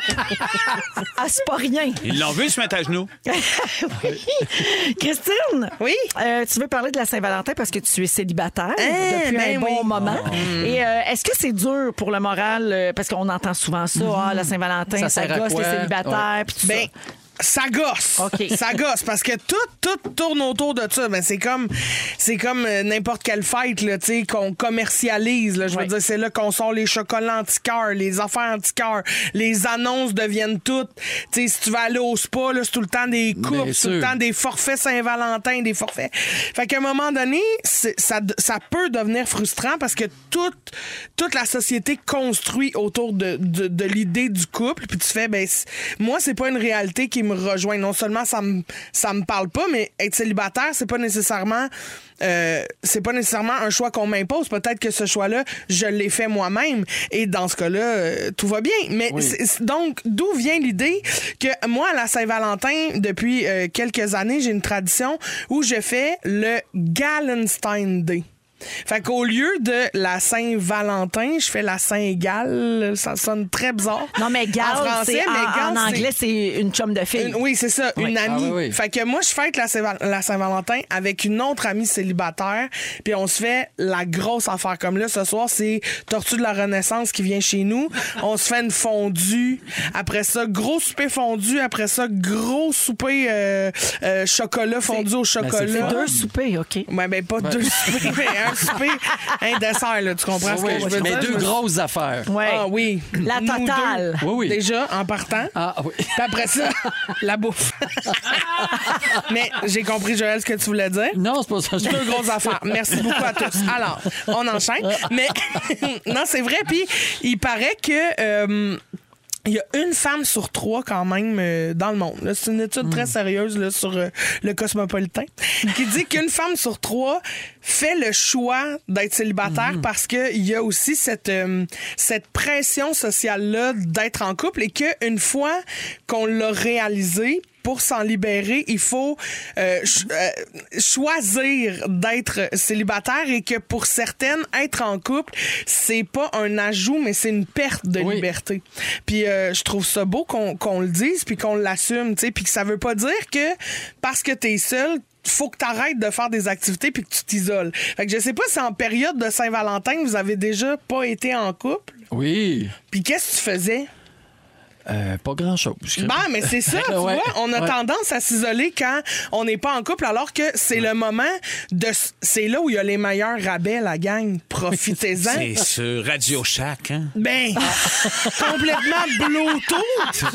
ah, c'est pas rien. Ils l'ont vu se mettre à genoux. Oui. [LAUGHS] Christine, Oui? Euh, tu veux parler de la Saint-Valentin parce que tu es célibataire Hein, depuis ben un bon oui. Mm. moment. Et euh, est-ce que c'est dur pour le moral euh, parce qu'on entend souvent ça, Mm-hmm. ah, la Saint-Valentin, ça, Ça sert à gosse quoi? les célibataires, puis tout Ben, ça gosse. OK. [LAUGHS] Ça gosse parce que tout, tout tourne autour de ça. Mais c'est comme, c'est comme euh, n'importe quelle fête là, tu sais, qu'on commercialise. là. Je veux Ouais. dire, c'est là qu'on sort les chocolats antiqueurs, les affaires antiqueurs, les annonces deviennent toutes. Tu sais, si tu vas aller au spa, là, c'est tout le temps des coupes, Bien c'est tout le sûr. temps des forfaits Saint-Valentin, des forfaits. Fait qu'à un moment donné, c'est- ça, ça peut devenir frustrant parce que toute, toute la société construit autour de, de, de l'idée du couple. Puis tu fais, ben, c- moi, c'est pas une réalité qui me rejoint. Non seulement ça me, ça me parle pas, mais être célibataire, c'est pas nécessairement. euh, c'est pas nécessairement un choix qu'on m'impose. Peut-être que ce choix-là, je l'ai fait moi-même. Et dans ce cas-là, euh, tout va bien. Mais c'est- c'est- donc, d'où vient l'idée que moi, à la Saint-Valentin, depuis euh, quelques années, j'ai une tradition où je fais le Gallenstein Day. Fait qu'au lieu de la Saint-Valentin, je fais la Saint-Gall. Ça sonne très bizarre. ça? Non, mais Gal, En français, c'est- en, mais Gal, en c'est- anglais, c'est une chum de fille. une- oui, c'est ça, une amie. Ah, oui, oui. Fait que moi, je fête la, Saint- la Saint-Valentin avec une autre amie célibataire, puis on se fait la grosse affaire. Comme là, ce soir, c'est Tortue de la Renaissance qui vient chez [LAUGHS] nous. on se fait une fondue. Après ça, gros souper fondu. Après ça, gros souper euh, euh, chocolat fondu au c'est le chocolat. fun. Deux soupers, OK. Ouais, ben pas deux soupers, [LAUGHS] mais un souper, un dessert, là, tu comprends ce que Oui, je veux mais dire? deux grosses affaires. Ouais. Ah oui. La Nous totale. deux. Oui, oui. Déjà, en partant. Ah oui. Puis après ça, [LAUGHS] la bouffe. Mais j'ai compris, Joël, ce que tu voulais dire. Non, c'est pas [LAUGHS] ça. Deux grosses affaires. Merci beaucoup à tous. Alors, on enchaîne. Mais [LAUGHS] non, c'est vrai. Puis il paraît que. euh, il y a une femme sur trois quand même euh, dans le monde. là. C'est une étude très sérieuse là, sur euh, le cosmopolitain qui dit qu'une femme sur trois fait le choix d'être célibataire parce qu'il y a aussi cette, euh, cette pression sociale-là d'être en couple et qu'une fois qu'on l'a réalisé, pour s'en libérer, il faut euh, ch- euh, choisir d'être célibataire et que pour certaines, être en couple, c'est pas un ajout, mais c'est une perte de Oui. liberté. Puis euh, je trouve ça beau qu'on qu'on le dise puis qu'on l'assume, tu sais, puis que ça veut pas dire que parce que t'es seul faut que t'arrêtes de faire des activités puis que tu t'isoles. Fait que je sais pas si en période de Saint-Valentin, vous avez déjà pas été en couple, Oui. puis qu'est-ce que tu faisais Euh, pas grand-chose. Ben, mais c'est ça, tu Ouais. vois. On a Ouais. tendance à s'isoler quand on n'est pas en couple, alors que c'est le moment de. s- C'est là où il y a les meilleurs rabais, la gang. Profitez-en. [LAUGHS] C'est sur Radio Shack, hein? Ben, [LAUGHS] complètement Bluetooth.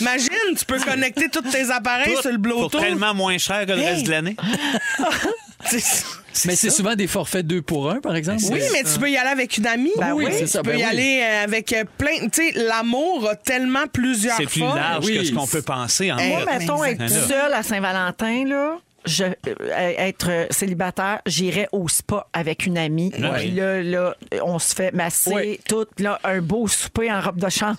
Imagine, tu peux connecter tous tes appareils Tout sur le pour Bluetooth. tellement moins cher que le Hey. reste de l'année. C'est ça. Mais c'est souvent des forfaits deux pour un, par exemple. [LAUGHS] Oui, mais tu peux y aller avec une amie. Ben oui, c'est tu ça, peux ben y oui. aller euh, avec euh, plein. Tu sais, l'amour a tellement plusieurs C'est plus formes. large oui. que ce qu'on peut penser en Moi, fait. mettons, être Exactement. seule à Saint-Valentin, là. Je, euh, être euh, célibataire, j'irais au spa avec une amie. Ouais. Puis là, là, on se fait masser Ouais. tout. Puis Là, un beau souper en robe de chambre.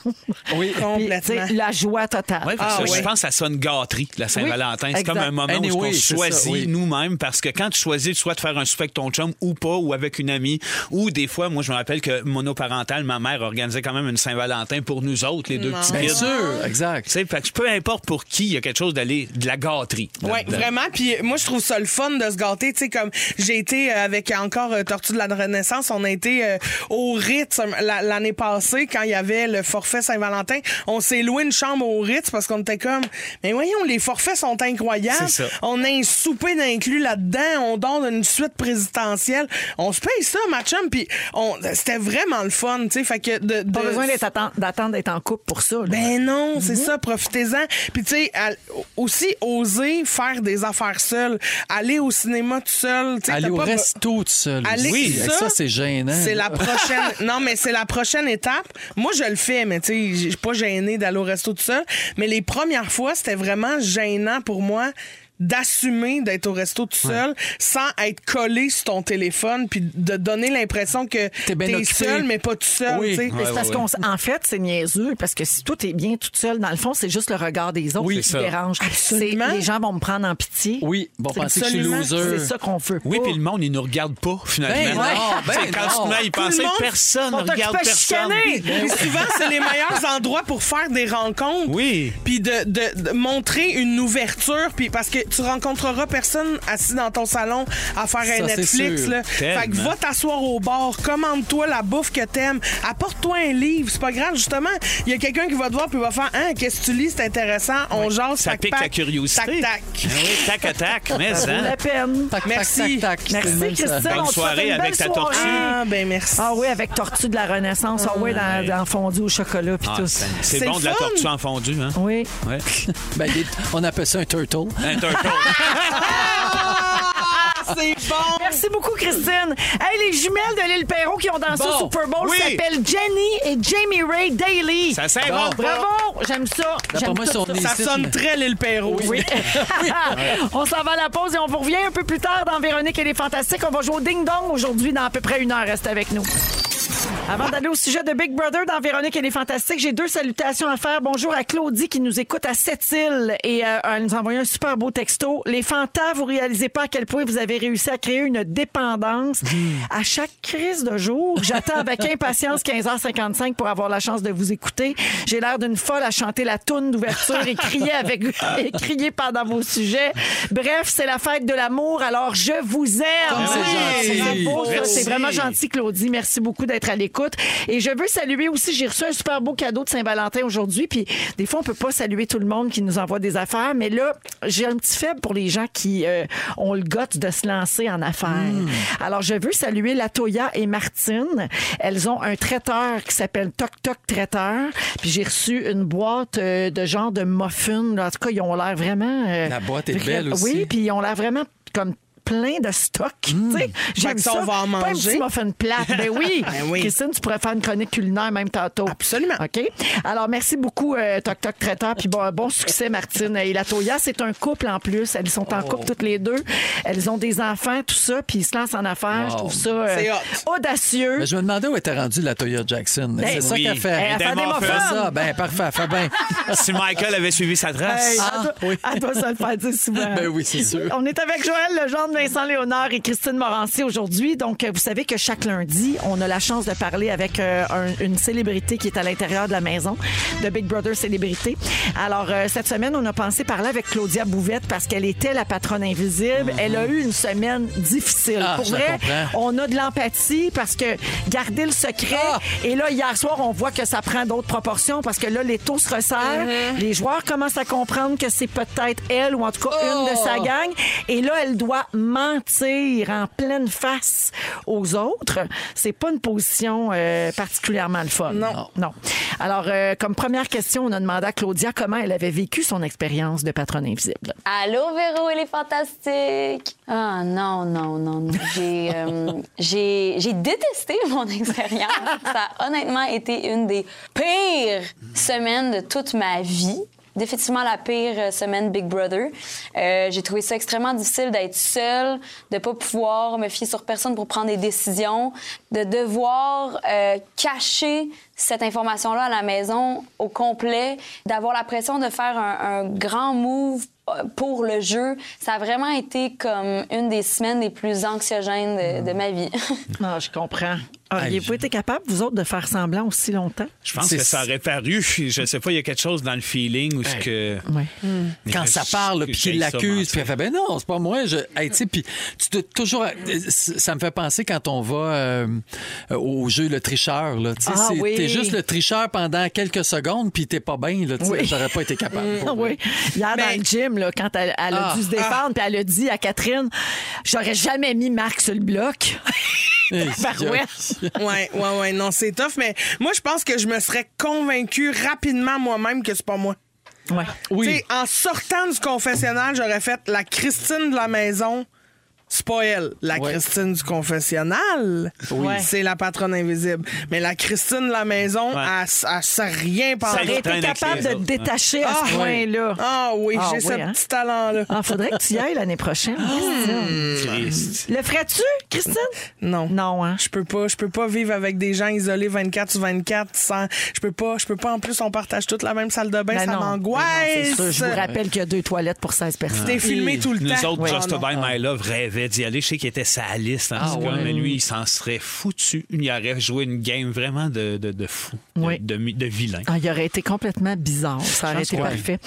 Oui. [LAUGHS] Puis, Complètement. tu sais, la joie totale. Ouais, parce Ah, que ouais. Je pense que ça sonne gâterie, la Saint-Valentin. c'est exact. comme un moment où Anyway, on c'est ça, choisit oui. nous-mêmes. Parce que quand tu choisis soit de faire un souper avec ton chum ou pas, ou avec une amie, ou des fois, moi, je me rappelle que monoparentale, ma mère organisait quand même une Saint-Valentin pour nous autres, les deux petits Ben Bien kids. sûr, Tu exact. sais, fait que peu importe pour qui, il y a quelque chose d'aller de la gâterie. Oui, là-dedans. vraiment. Puis euh, moi, je trouve ça le fun de se gâter. Tu sais, comme j'ai été euh, avec encore euh, Tortue de la Renaissance, on a été euh, au Ritz euh, la- l'année passée quand il y avait le forfait Saint-Valentin. On s'est loué une chambre au Ritz parce qu'on était comme, mais voyons, les forfaits sont incroyables. C'est ça. On a un souper d'inclus là-dedans. On donne une suite présidentielle. On se paye ça, ma chum. Puis on- c'était vraiment le fun. Tu sais, fait que de, Pas de- besoin d'être atten- d'attendre d'être en couple pour ça. là. ben non, c'est Mhm. ça, profitez-en. Puis tu sais, al- aussi oser faire des affaires seules, aller au cinéma tout seul, tu sais, Aller t'as au pas- resto tout seul. Aller- aussi. ça, Hey, ça, c'est gênant. Ah, C'est la prochaine. [LAUGHS] non, mais c'est la prochaine étape. Moi, je le fais, mais tu sais, je suis pas gênée d'aller au resto tout seul. Mais les premières fois, c'était vraiment gênant pour moi d'assumer d'être au resto tout seul sans être collé sur ton téléphone puis de donner l'impression que T'es t'es bien occupé. seul mais pas tout seul Oui. tu sais. Mais c'est parce qu'en fait, c'est niaiseux, parce que si tout est bien toute seule, dans le fond, c'est juste le regard des autres Oui, qui c'est ça. dérange. Absolument. C'est- Les gens vont me prendre en pitié. Oui, vont penser que je suis Absolument. loser. C'est ça qu'on veut. Oui, pas. Oh. puis le monde, il nous regarde pas, finalement. Ah, Ben non, ben C'est quand non. tu mets à y penser, monde personne ne sont regarde occupés à personne. Ben chicaner. Puis souvent, c'est les meilleurs endroits pour faire des rencontres. Oui. Puis de, de- de montrer une ouverture. Puis parce que tu rencontreras personne assis dans ton salon à faire Ça, un c'est Netflix. sûr. Là. Tellement. Fait que va t'asseoir au bar, commande-toi la bouffe que t'aimes, apporte-toi un livre. C'est pas grave, justement. Il y a quelqu'un qui va te voir puis va faire Hein, qu'est-ce que tu lis, c'est intéressant, on jase, Ça tac, pique pac, la curiosité. Tac, Ah tac. oui, tac à tac, mais Ça vaut hein. la peine. Tac, tac, Merci. tac, Merci, tac. C'est le même, ça. Christine. Bonne on te souhaite soirée une belle avec ta soirée. tortue. Ah, ben merci. Ah oui, avec tortue de la Renaissance. Ah oui, dans, dans fondu au chocolat puis Ah, tout. c'est- C'est C'est bon le de la fun. tortue en fondue, hein? Oui. Ouais. Ben, il est- on appelle ça un turtle. Un turtle. Ah, c'est bon! Merci beaucoup, Christine. Hey, les jumelles de l'île Perrault qui ont dansé Bon. au Super Bowl Oui. s'appellent Jenny et Jamie Ray Daly. Ça sert bon. Bravo! J'aime ça. D'après J'aime moi, tout si on est Ça ici, sonne mais- très l'île Perrault. Oui. [LAUGHS] on s'en va à la pause et on vous revient un peu plus tard dans Véronique et les Fantastiques. On va jouer au ding-dong aujourd'hui dans à peu près une heure. Reste avec nous. Avant d'aller au sujet de Big Brother dans Véronique et les Fantastiques, j'ai deux salutations à faire. Bonjour à Claudie qui nous écoute à Sept-Îles et euh, elle nous a envoyé un super beau texto. Les Fantas, vous réalisez pas à quel point vous avez réussi à créer une dépendance. À chaque crise de jour, j'attends avec [LAUGHS] impatience 15h55 pour avoir la chance de vous écouter. J'ai l'air d'une folle à chanter la toune d'ouverture et crier avec [LAUGHS] et crier pendant vos sujets. Bref, c'est la fête de l'amour, alors je vous aime. Comme c'est Oui, gentil. bravo, ça, Merci. c'est vraiment gentil. Merci Claudie, merci beaucoup d'être à l'écoute. Et je veux saluer aussi, j'ai reçu un super beau cadeau de Saint-Valentin aujourd'hui, puis des fois on peut pas saluer tout le monde qui nous envoie des affaires, mais là, j'ai un petit faible pour les gens qui euh, ont le goût de se lancer en affaires. Hmm. Alors je veux saluer Latoya et Martine. Elles ont un traiteur qui s'appelle Toc Toc Traiteur, puis j'ai reçu une boîte euh, de genre de muffins. En tout cas, ils ont l'air vraiment euh, La boîte est vra- belle aussi. Oui, puis ils ont l'air vraiment comme plein de stock. tu sais. J'aime Hmm. que ça, on va en Pas un manger. petit muffin plate. Ben oui. [LAUGHS] Ben oui. Christine, tu pourrais faire une chronique culinaire même tantôt. Absolument. OK. Alors, merci beaucoup, euh, Toc Toc Traiteur. Puis bon, bon succès, Martine. Et la Toya, c'est un couple en plus. Elles sont en Oh. couple toutes les deux. Elles ont des enfants, tout ça. Puis ils se lancent en affaires. Je trouve ça euh, C'est hot. audacieux. Mais je me demandais où était rendue la Toya Jackson. c'est ça oui. qu'elle fait. Elle fait des fait muffins. ça. Ben, parfait. Fait bien. si Michael avait suivi sa trace. Hey, elle doit- elle doit se le faire dire souvent. Ah, Ben oui, c'est sûr. On est avec Joël Legendre, Vincent Léonard et Christine Morancy aujourd'hui. Donc, euh, vous savez que chaque lundi, on a la chance de parler avec euh, un- une célébrité qui est à l'intérieur de la maison, de Big Brother Célébrité. Alors, euh, cette semaine, on a pensé parler avec Claudia Bouvette parce qu'elle était la patronne invisible. Elle Mhm. a eu une semaine difficile. Ah, Pour je la vrai, comprends. on a de l'empathie parce que garder le secret. Ah! Et là, hier soir, on voit que ça prend d'autres proportions parce que là, les taux se resserrent. Uh-huh. Les joueurs commencent à comprendre que c'est peut-être elle ou en tout cas une Oh! de sa gang. Et là, elle doit mentir en pleine face aux autres. C'est pas une position euh, particulièrement le fun. Non. Non. Alors, euh, comme première question, on a demandé à Claudia comment elle avait vécu son expérience de patronne invisible. Allô, Véro, elle est fantastique! Ah non, non, non, non. J'ai, euh, [LAUGHS] j'ai, j'ai détesté mon expérience. Ça a honnêtement été une des pires semaines de toute ma vie. Définitivement la pire euh, semaine Big Brother. Euh, j'ai trouvé ça extrêmement difficile d'être seule, de pas pouvoir me fier sur personne pour prendre des décisions, de devoir euh, cacher cette information-là à la maison au complet, d'avoir la pression de faire un, un grand move euh, pour le jeu. Ça a vraiment été comme une des semaines les plus anxiogènes de, de ma vie. [LAUGHS] Non, Ah, je comprends. Auriez-vous été capable, vous autres, de faire semblant aussi longtemps? Je pense C'est- que ça aurait paru. Je sais pas, il y a quelque chose dans le feeling où ce que. Oui. quand ça parle, puis qu'il l'accuse, puis elle fait ben non, c'est pas moi. Je... Hey, tu sais, puis tu te- toujours, euh, ça me fait penser quand on va euh, euh, au jeu le tricheur là. Tu sais, Ah c'est- oui. t'es juste le tricheur pendant quelques secondes, puis t'es pas bien là. tu sais, Oui. J'aurais pas été capable. [LAUGHS] Ah Oui. Hier, dans le gym, là, quand elle, elle a Ah, dû se défendre, puis elle a dit à Catherine J'aurais jamais mis Marc sur [LAUGHS] le bloc. Hey, Barouette. Ouais, ouais, ouais. Non, c'est tough, mais moi, je pense que je me serais convaincue rapidement moi-même que c'est pas moi. Ouais. Tu sais, en sortant du confessionnal, j'aurais fait la Christine de la maison. C'est pas elle, la Ouais. Christine du confessionnal. Ouais. C'est la patronne invisible. Mais la Christine de la maison, Ouais. elle, s- elle sait rien Ça penser. T'aurais été traîne avec capable les de te autres, hein. détacher à ce Ah, ouais. point-là. Ah oui, Ah j'ai oui, ce hein? petit talent-là. Ah, faudrait que tu y ailles l'année prochaine. Ah. Christine. Le ferais-tu, Christine? Non. Non, hein? Je peux pas, je peux pas vivre avec des gens isolés 24 sur 24 sans je peux pas, je peux pas en plus on partage toute la même salle de bain, Ben ça non. m'angoisse. Non, c'est sûr. Je vous rappelle qu'il y a deux toilettes pour 16 personnes. T'es filmé tout le Nous temps. autres, Ouais. Just Ah, non. Ah, By My Love rêvait d'y aller. Je sais qu'il était sa liste en tout cas, mais lui, il s'en serait foutu. Il aurait joué une game vraiment de, de, de fou, de- Oui. de, mi- de vilain. Ah, il aurait été complètement bizarre. Ça aurait été parfait.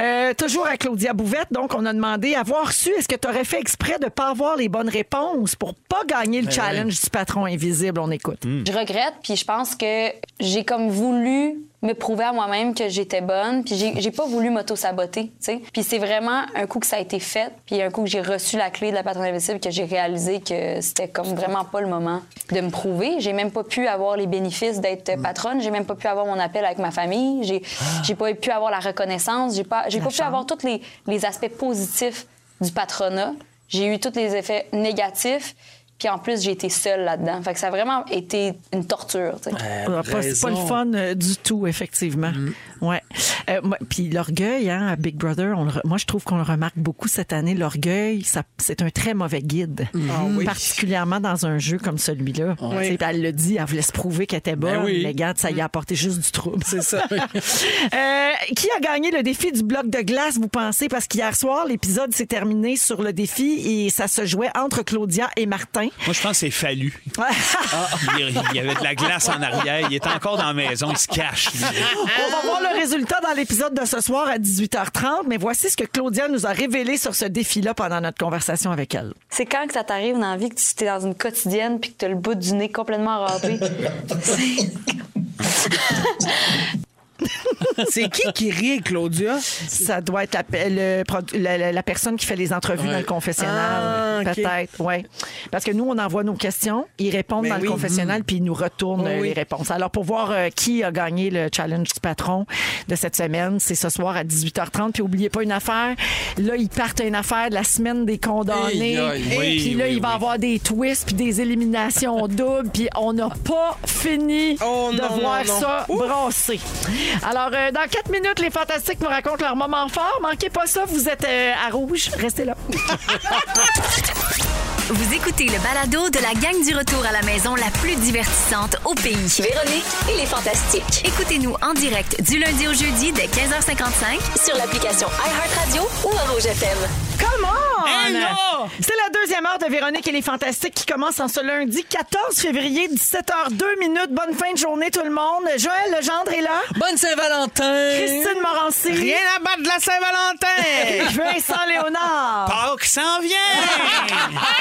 Euh, toujours à Claudia Bouvette, donc, on a demandé avoir su, est-ce que tu aurais fait exprès de ne pas avoir les bonnes réponses pour pas gagner le challenge du patron invisible? On écoute. Je regrette, puis je pense que j'ai comme voulu me prouver à moi-même que j'étais bonne, puis j'ai j'ai pas voulu m'auto-saboter, tu sais. Puis c'est vraiment un coup que ça a été fait, puis un coup que j'ai reçu la clé de la patronne invisible que j'ai réalisé que c'était comme vraiment pas le moment de me prouver. J'ai même pas pu avoir les bénéfices d'être patronne, j'ai même pas pu avoir mon appel avec ma famille, j'ai j'ai pas pu avoir la reconnaissance, j'ai pas, j'ai pas pu avoir tous les, les aspects positifs du patronat. J'ai eu tous les effets négatifs. Puis en plus, j'ai été seule là-dedans. Fait que ça a vraiment été une torture. tu sais. Euh, Ah, pas- C'est pas le fun euh, du tout, effectivement. Mm. Ouais. Euh, moi- Puis l'orgueil, hein, à Big Brother, on le re- moi, je trouve qu'on le remarque beaucoup cette année. L'orgueil, ça- c'est un très mauvais guide, Mm-hmm. Ah particulièrement dans un jeu comme celui-là. Tu sais, puis Elle le dit, elle voulait se prouver qu'elle était bonne. oui. Mais regarde, ça y a apporté juste du trouble. Ben Mm. C'est ça. [LAUGHS] Euh, qui a gagné le défi du bloc de glace, vous pensez? Parce qu'hier soir, l'épisode s'est terminé sur le défi et ça se jouait entre Claudia et Martin. [LAUGHS] Moi, je pense que c'est fallu. Ah. Il, il y avait de la glace en arrière. Il était encore dans la maison. Il se cache. lui. Ah. On va voir le résultat dans l'épisode de ce soir à 18h30, mais voici ce que Claudia nous a révélé sur ce défi-là pendant notre conversation avec elle. C'est quand que ça t'arrive dans la vie que tu es dans une quotidienne puis que tu as le bout du nez complètement [LAUGHS] râpé. C'est- C'est qui qui rit, Claudia? Ça doit être la, pe- le produ- la- la- la personne qui fait les entrevues dans le Ah, confessionnal, ok. peut-être. Ouais. Parce que nous, on envoie nos questions, ils répondent Ben dans le oui. confessionnal, puis ils nous retournent Oui, euh, oui. les réponses. Alors, pour voir euh, qui a gagné le challenge du patron de cette semaine, c'est ce soir à 18h30. Puis, oubliez pas une affaire. Là, ils partent à une affaire de la semaine des condamnés. Hey, aïe. Oui, puis là, oui, il va y oui. avoir des twists, puis des éliminations [LAUGHS] doubles, puis on n'a pas fini Oh, de non, voir non, non. ça brasser. Alors, euh, dans quatre minutes, les Fantastiques nous racontent leur moment fort. Manquez pas ça, vous êtes euh, à rouge. Restez là. Vous écoutez le balado de la gang du retour à la maison la plus divertissante au pays. Véronique et les Fantastiques. Écoutez-nous en direct du lundi au jeudi dès 15h55 sur l'application iHeartRadio ou à Rouge FM. Come fun! C'est la deuxième heure de Véronique et les Fantastiques qui commence en ce lundi 14 février, 17h02 minutes. Bonne fin de journée, tout le monde. Joël Legendre est là. Bonne Saint-Valentin! Christine Morancy. Rien à battre de la Saint-Valentin! [LAUGHS] Vincent Léonard. Pâques s'en vient! [LAUGHS]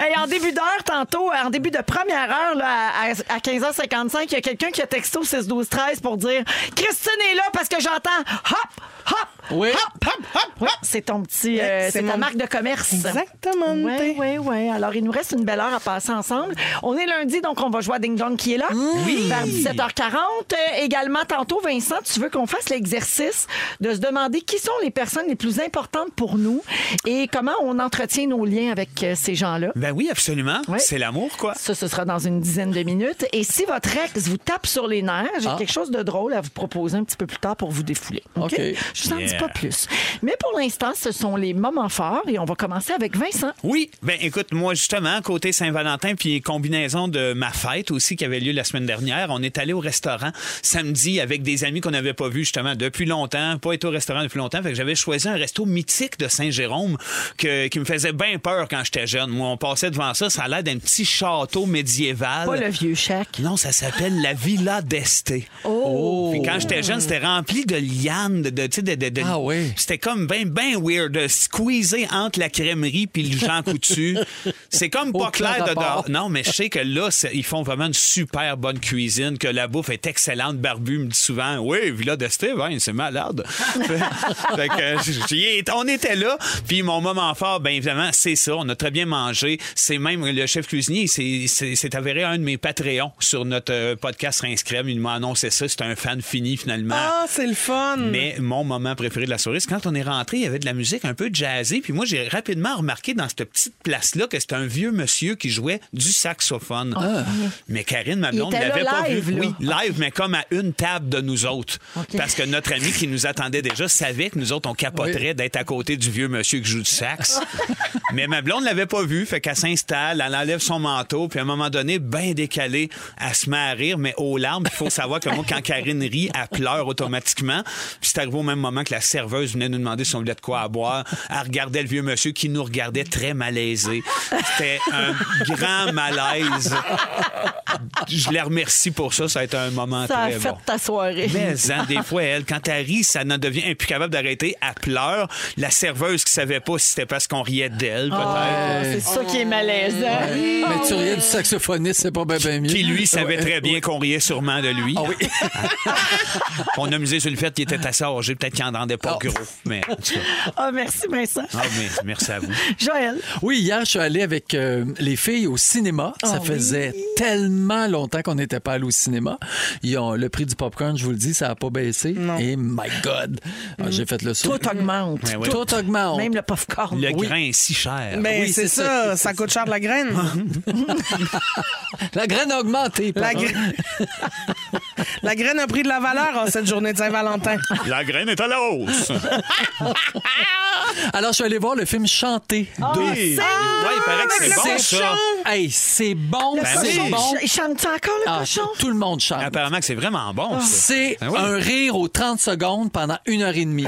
Hey, en début d'heure, tantôt, en début de première heure, là, à, à 15h55, il y a quelqu'un qui a texté au 6 12 13 pour dire Christine est là parce que j'entends hop, hop, Oui. hop, hop, hop, hop. C'est ton petit, euh, Oui, c'est c'est ta mon- marque de commerce. Exactement. Oui, oui, oui. Alors, il nous reste une belle heure à passer ensemble. On est lundi, donc on va jouer à Ding Dong qui est là. Vers 17h40. Euh, également, tantôt, Vincent, tu veux qu'on fasse l'exercice de se demander qui sont les personnes les plus importantes pour nous et comment on entretient nos liens avec euh, ces gens-là. Ben oui, absolument. Oui. C'est l'amour, quoi. Ça, ce sera dans une dizaine de minutes. Et si votre ex vous tape sur les nerfs, j'ai quelque chose de drôle à vous proposer un petit peu plus tard pour vous défouler. OK? OK. Je vous en dis Yeah. pas plus. Mais pour l'instant, ce sont les moments forts et on va commencer avec Vincent. Oui, ben écoute, moi justement, côté Saint-Valentin, puis combinaison de ma fête aussi qui avait lieu la semaine dernière, on est allé au restaurant samedi avec des amis qu'on n'avait pas vus justement depuis longtemps, pas été au restaurant depuis longtemps, fait que j'avais choisi un resto mythique de Saint-Jérôme que- qui me faisait bien peur quand j'étais jeune. Moi, on passait devant ça, ça a l'air d'un petit château médiéval. Pas le vieux chèque. Non, ça s'appelle la Villa d'Esté. Oh! Puis quand j'étais jeune, c'était rempli de lianes, de, de, tu sais, de, de- de- Ah oui. C'était comme ben, ben weird, de squeezer entre la crèmerie puis le Jean [LAUGHS] Coutu. C'est comme pas Aucun clair de rapport. dehors. Non, mais je sais que là, c'est- ils font vraiment une super bonne cuisine, que la bouffe est excellente. Barbu me dit souvent, oui, Villa d'Esté, ben, c'est malade. fait que euh, j'y ai- on était là. Puis mon moment fort, ben évidemment, c'est ça. On a très bien mangé. C'est même le chef cuisinier, c'est- c'est c'est avéré un de mes Patreons sur notre euh, podcast Rinscrème. Il m'a annoncé ça. C'est un fan fini, finalement. Ah, c'est le fun! Mm. Mais mon moment préféré de la soirée, c'est quand on est rentré, il y avait de la musique un peu jazzy. Puis moi, j'ai rapidement remarqué dans cette petite place-là que c'était un vieux monsieur qui jouait du saxophone. Mais Karine, ma Ah. Il blonde, était là l'avait pas live, vu. là. Oui, live, mais comme à une table de nous autres. OK. Parce que notre ami qui nous attendait déjà savait que nous autres, on capoterait d'être à côté du vieux monsieur qui joue du sax. mais ma blonde l'avait pas vu. Fait qu'elle s'installe, elle enlève son manteau. Puis à un moment donné, bien décalé, elle se met à rire, mais aux larmes. Il faut savoir que moi, quand Karine rit, elle pleure automatiquement. Puis c'est arrivé au même moment que la serveuse venait nous demander si on voulait de quoi à boire. Elle regardait le vieux monsieur qui nous regardait très malaisé. C'était un grand malaise. Je la remercie pour ça. Ça a été un moment Ça a Ah, très fait bon. ta soirée. Mais hein, des fois, elle, quand elle rit, ça n'en devient plus capable d'arrêter. Elle pleure. La serveuse qui savait pas si c'était parce qu'on riait d'elle, peut-être. Ah, c'est ça qui est malaisant. Oh. Mais tu riais du saxophoniste, c'est pas bien mieux. Qui, lui, savait Ouais. très bien qu'on riait sûrement de lui. oui. [LAUGHS] On a misé sur le fait qu'il était assez âgé. Peut-être qu'il n'entendait pas gros. Mais, en tout cas. Ah, merci, Vincent. Ah, mais merci à vous. Joël, Oui, hier, je suis allé avec euh, les filles au cinéma. Ah ça faisait tellement longtemps qu'on n'était pas allé au cinéma. Ils ont, le prix du popcorn, je vous le dis, ça n'a pas baissé. Et my God, Ah, j'ai fait le saut. Mm-hmm. Ben tout augmente. Ouais, ouais. Tout augmente. Même le popcorn. Le grain est si cher. Ben, Oui, c'est c'est ça. Ah. ça, coûte cher de la graine. La graine a augmenté. la, pardon. gra- [LAUGHS] la graine a pris de la valeur en cette journée de Saint-Valentin. La graine est à la hausse. Alors, je suis allé voir le film Chanter. Ah, de- Oui. Ouais, il paraît que c'est le bon, cochon. ça. Hey, c'est bon, Ben c'est oui. bon. Il chante encore, le Ah, cochon? tout le monde chante. Apparemment que c'est vraiment bon, ça. C'est Ah oui. un rire aux 30 secondes pendant une heure et demie.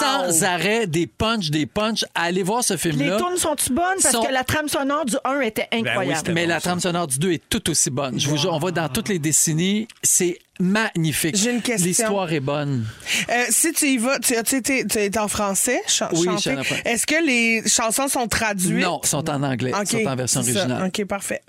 Sans arrêt, des punchs, des punchs. Allez voir ce Les film-là. tournes sont-tu bonnes? Parce Sont- que la trame sonore du 1 était incroyable. Ben c'était Mais bon, la ça. trame sonore du 2 est tout aussi bonne. Je vous jure, on va dans toutes les décennies. C'est magnifique. J'ai une question. L'histoire est bonne. Euh, si tu y vas, tu as tu étais- tu étais en français, ch Oui, chanté. je suis en français. Est-ce que les chansons sont traduites? Non, sont en anglais, OK, sont en version c'est ça. originale. OK, parfait.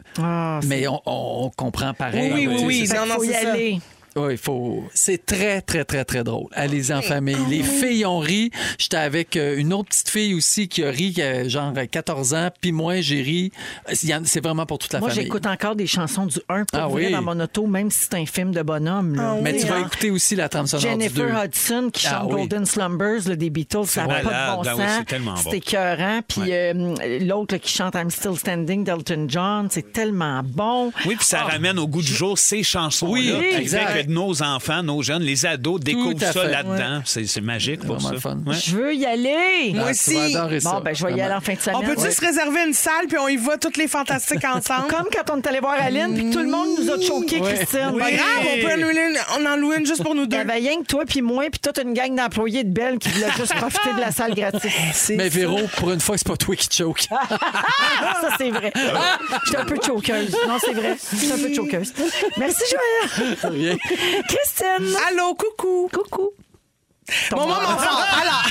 Mais on, on- on comprend pareil. Oui, oui, Tu sais, oui. c'est Non, Ah, Fait non, qu'il faut c'est y ça. aller. Oui, il faut. C'est très, très, très, très drôle. Allez-y en famille. Les filles ont ri. J'étais avec euh, une autre petite fille aussi qui a ri, qui a genre 14 ans, puis moi, j'ai ri. Il y en- C'est vraiment pour toute la Moi, famille. j'écoute encore des chansons du 1 pour Ah vrai oui. dans mon auto, même si c'est un film de bonhomme. Ah là. Mais Oui, tu vas hein. écouter aussi la trame sonore du 2. Jennifer Hudson qui Ah chante oui. Golden Slumbers là, des Beatles, ça n'a Ouais. pas de bon Malade, ah sens. oui, c'est tellement bon. C'est écœurant. Puis euh, l'autre là, qui chante I'm Still Standing d'Elton John, c'est tellement bon. Oui, puis ça ramène au goût du jour ces chansons-là. Oui, qui fait exact. que que nos enfants, nos jeunes, les ados découvrent à ça fait. là-dedans. C'est c'est magique pour vraiment ça. le fun. Ouais. Je veux y aller. Moi Ah, tu vas aussi. adorer ça, Bon, ben, je vais y vraiment. aller en fin de semaine. On peut-tu se réserver une salle puis on y va toutes les [LAUGHS] fantastiques ensemble? Comme quand on est allé voir Aline, puis tout le monde nous a choqués, Christine. Ben, Pas grave, on peut en louer une, on en loue une juste pour nous Il y deux. avait rien que toi puis moi puis toute une gang d'employés de Belle qui voulaient juste profiter de la salle [LAUGHS] gratuite. Ah! Mais Véro, pour une fois, c'est pas toi qui [LAUGHS] choke. ça, c'est vrai. Ah! Je suis un peu choqueuse. Non, c'est vrai. Je suis un peu choqueuse. Merci, Joël. Rien. Christine. Allô, coucou. Coucou. Ton Mon moment moment fort. Alors,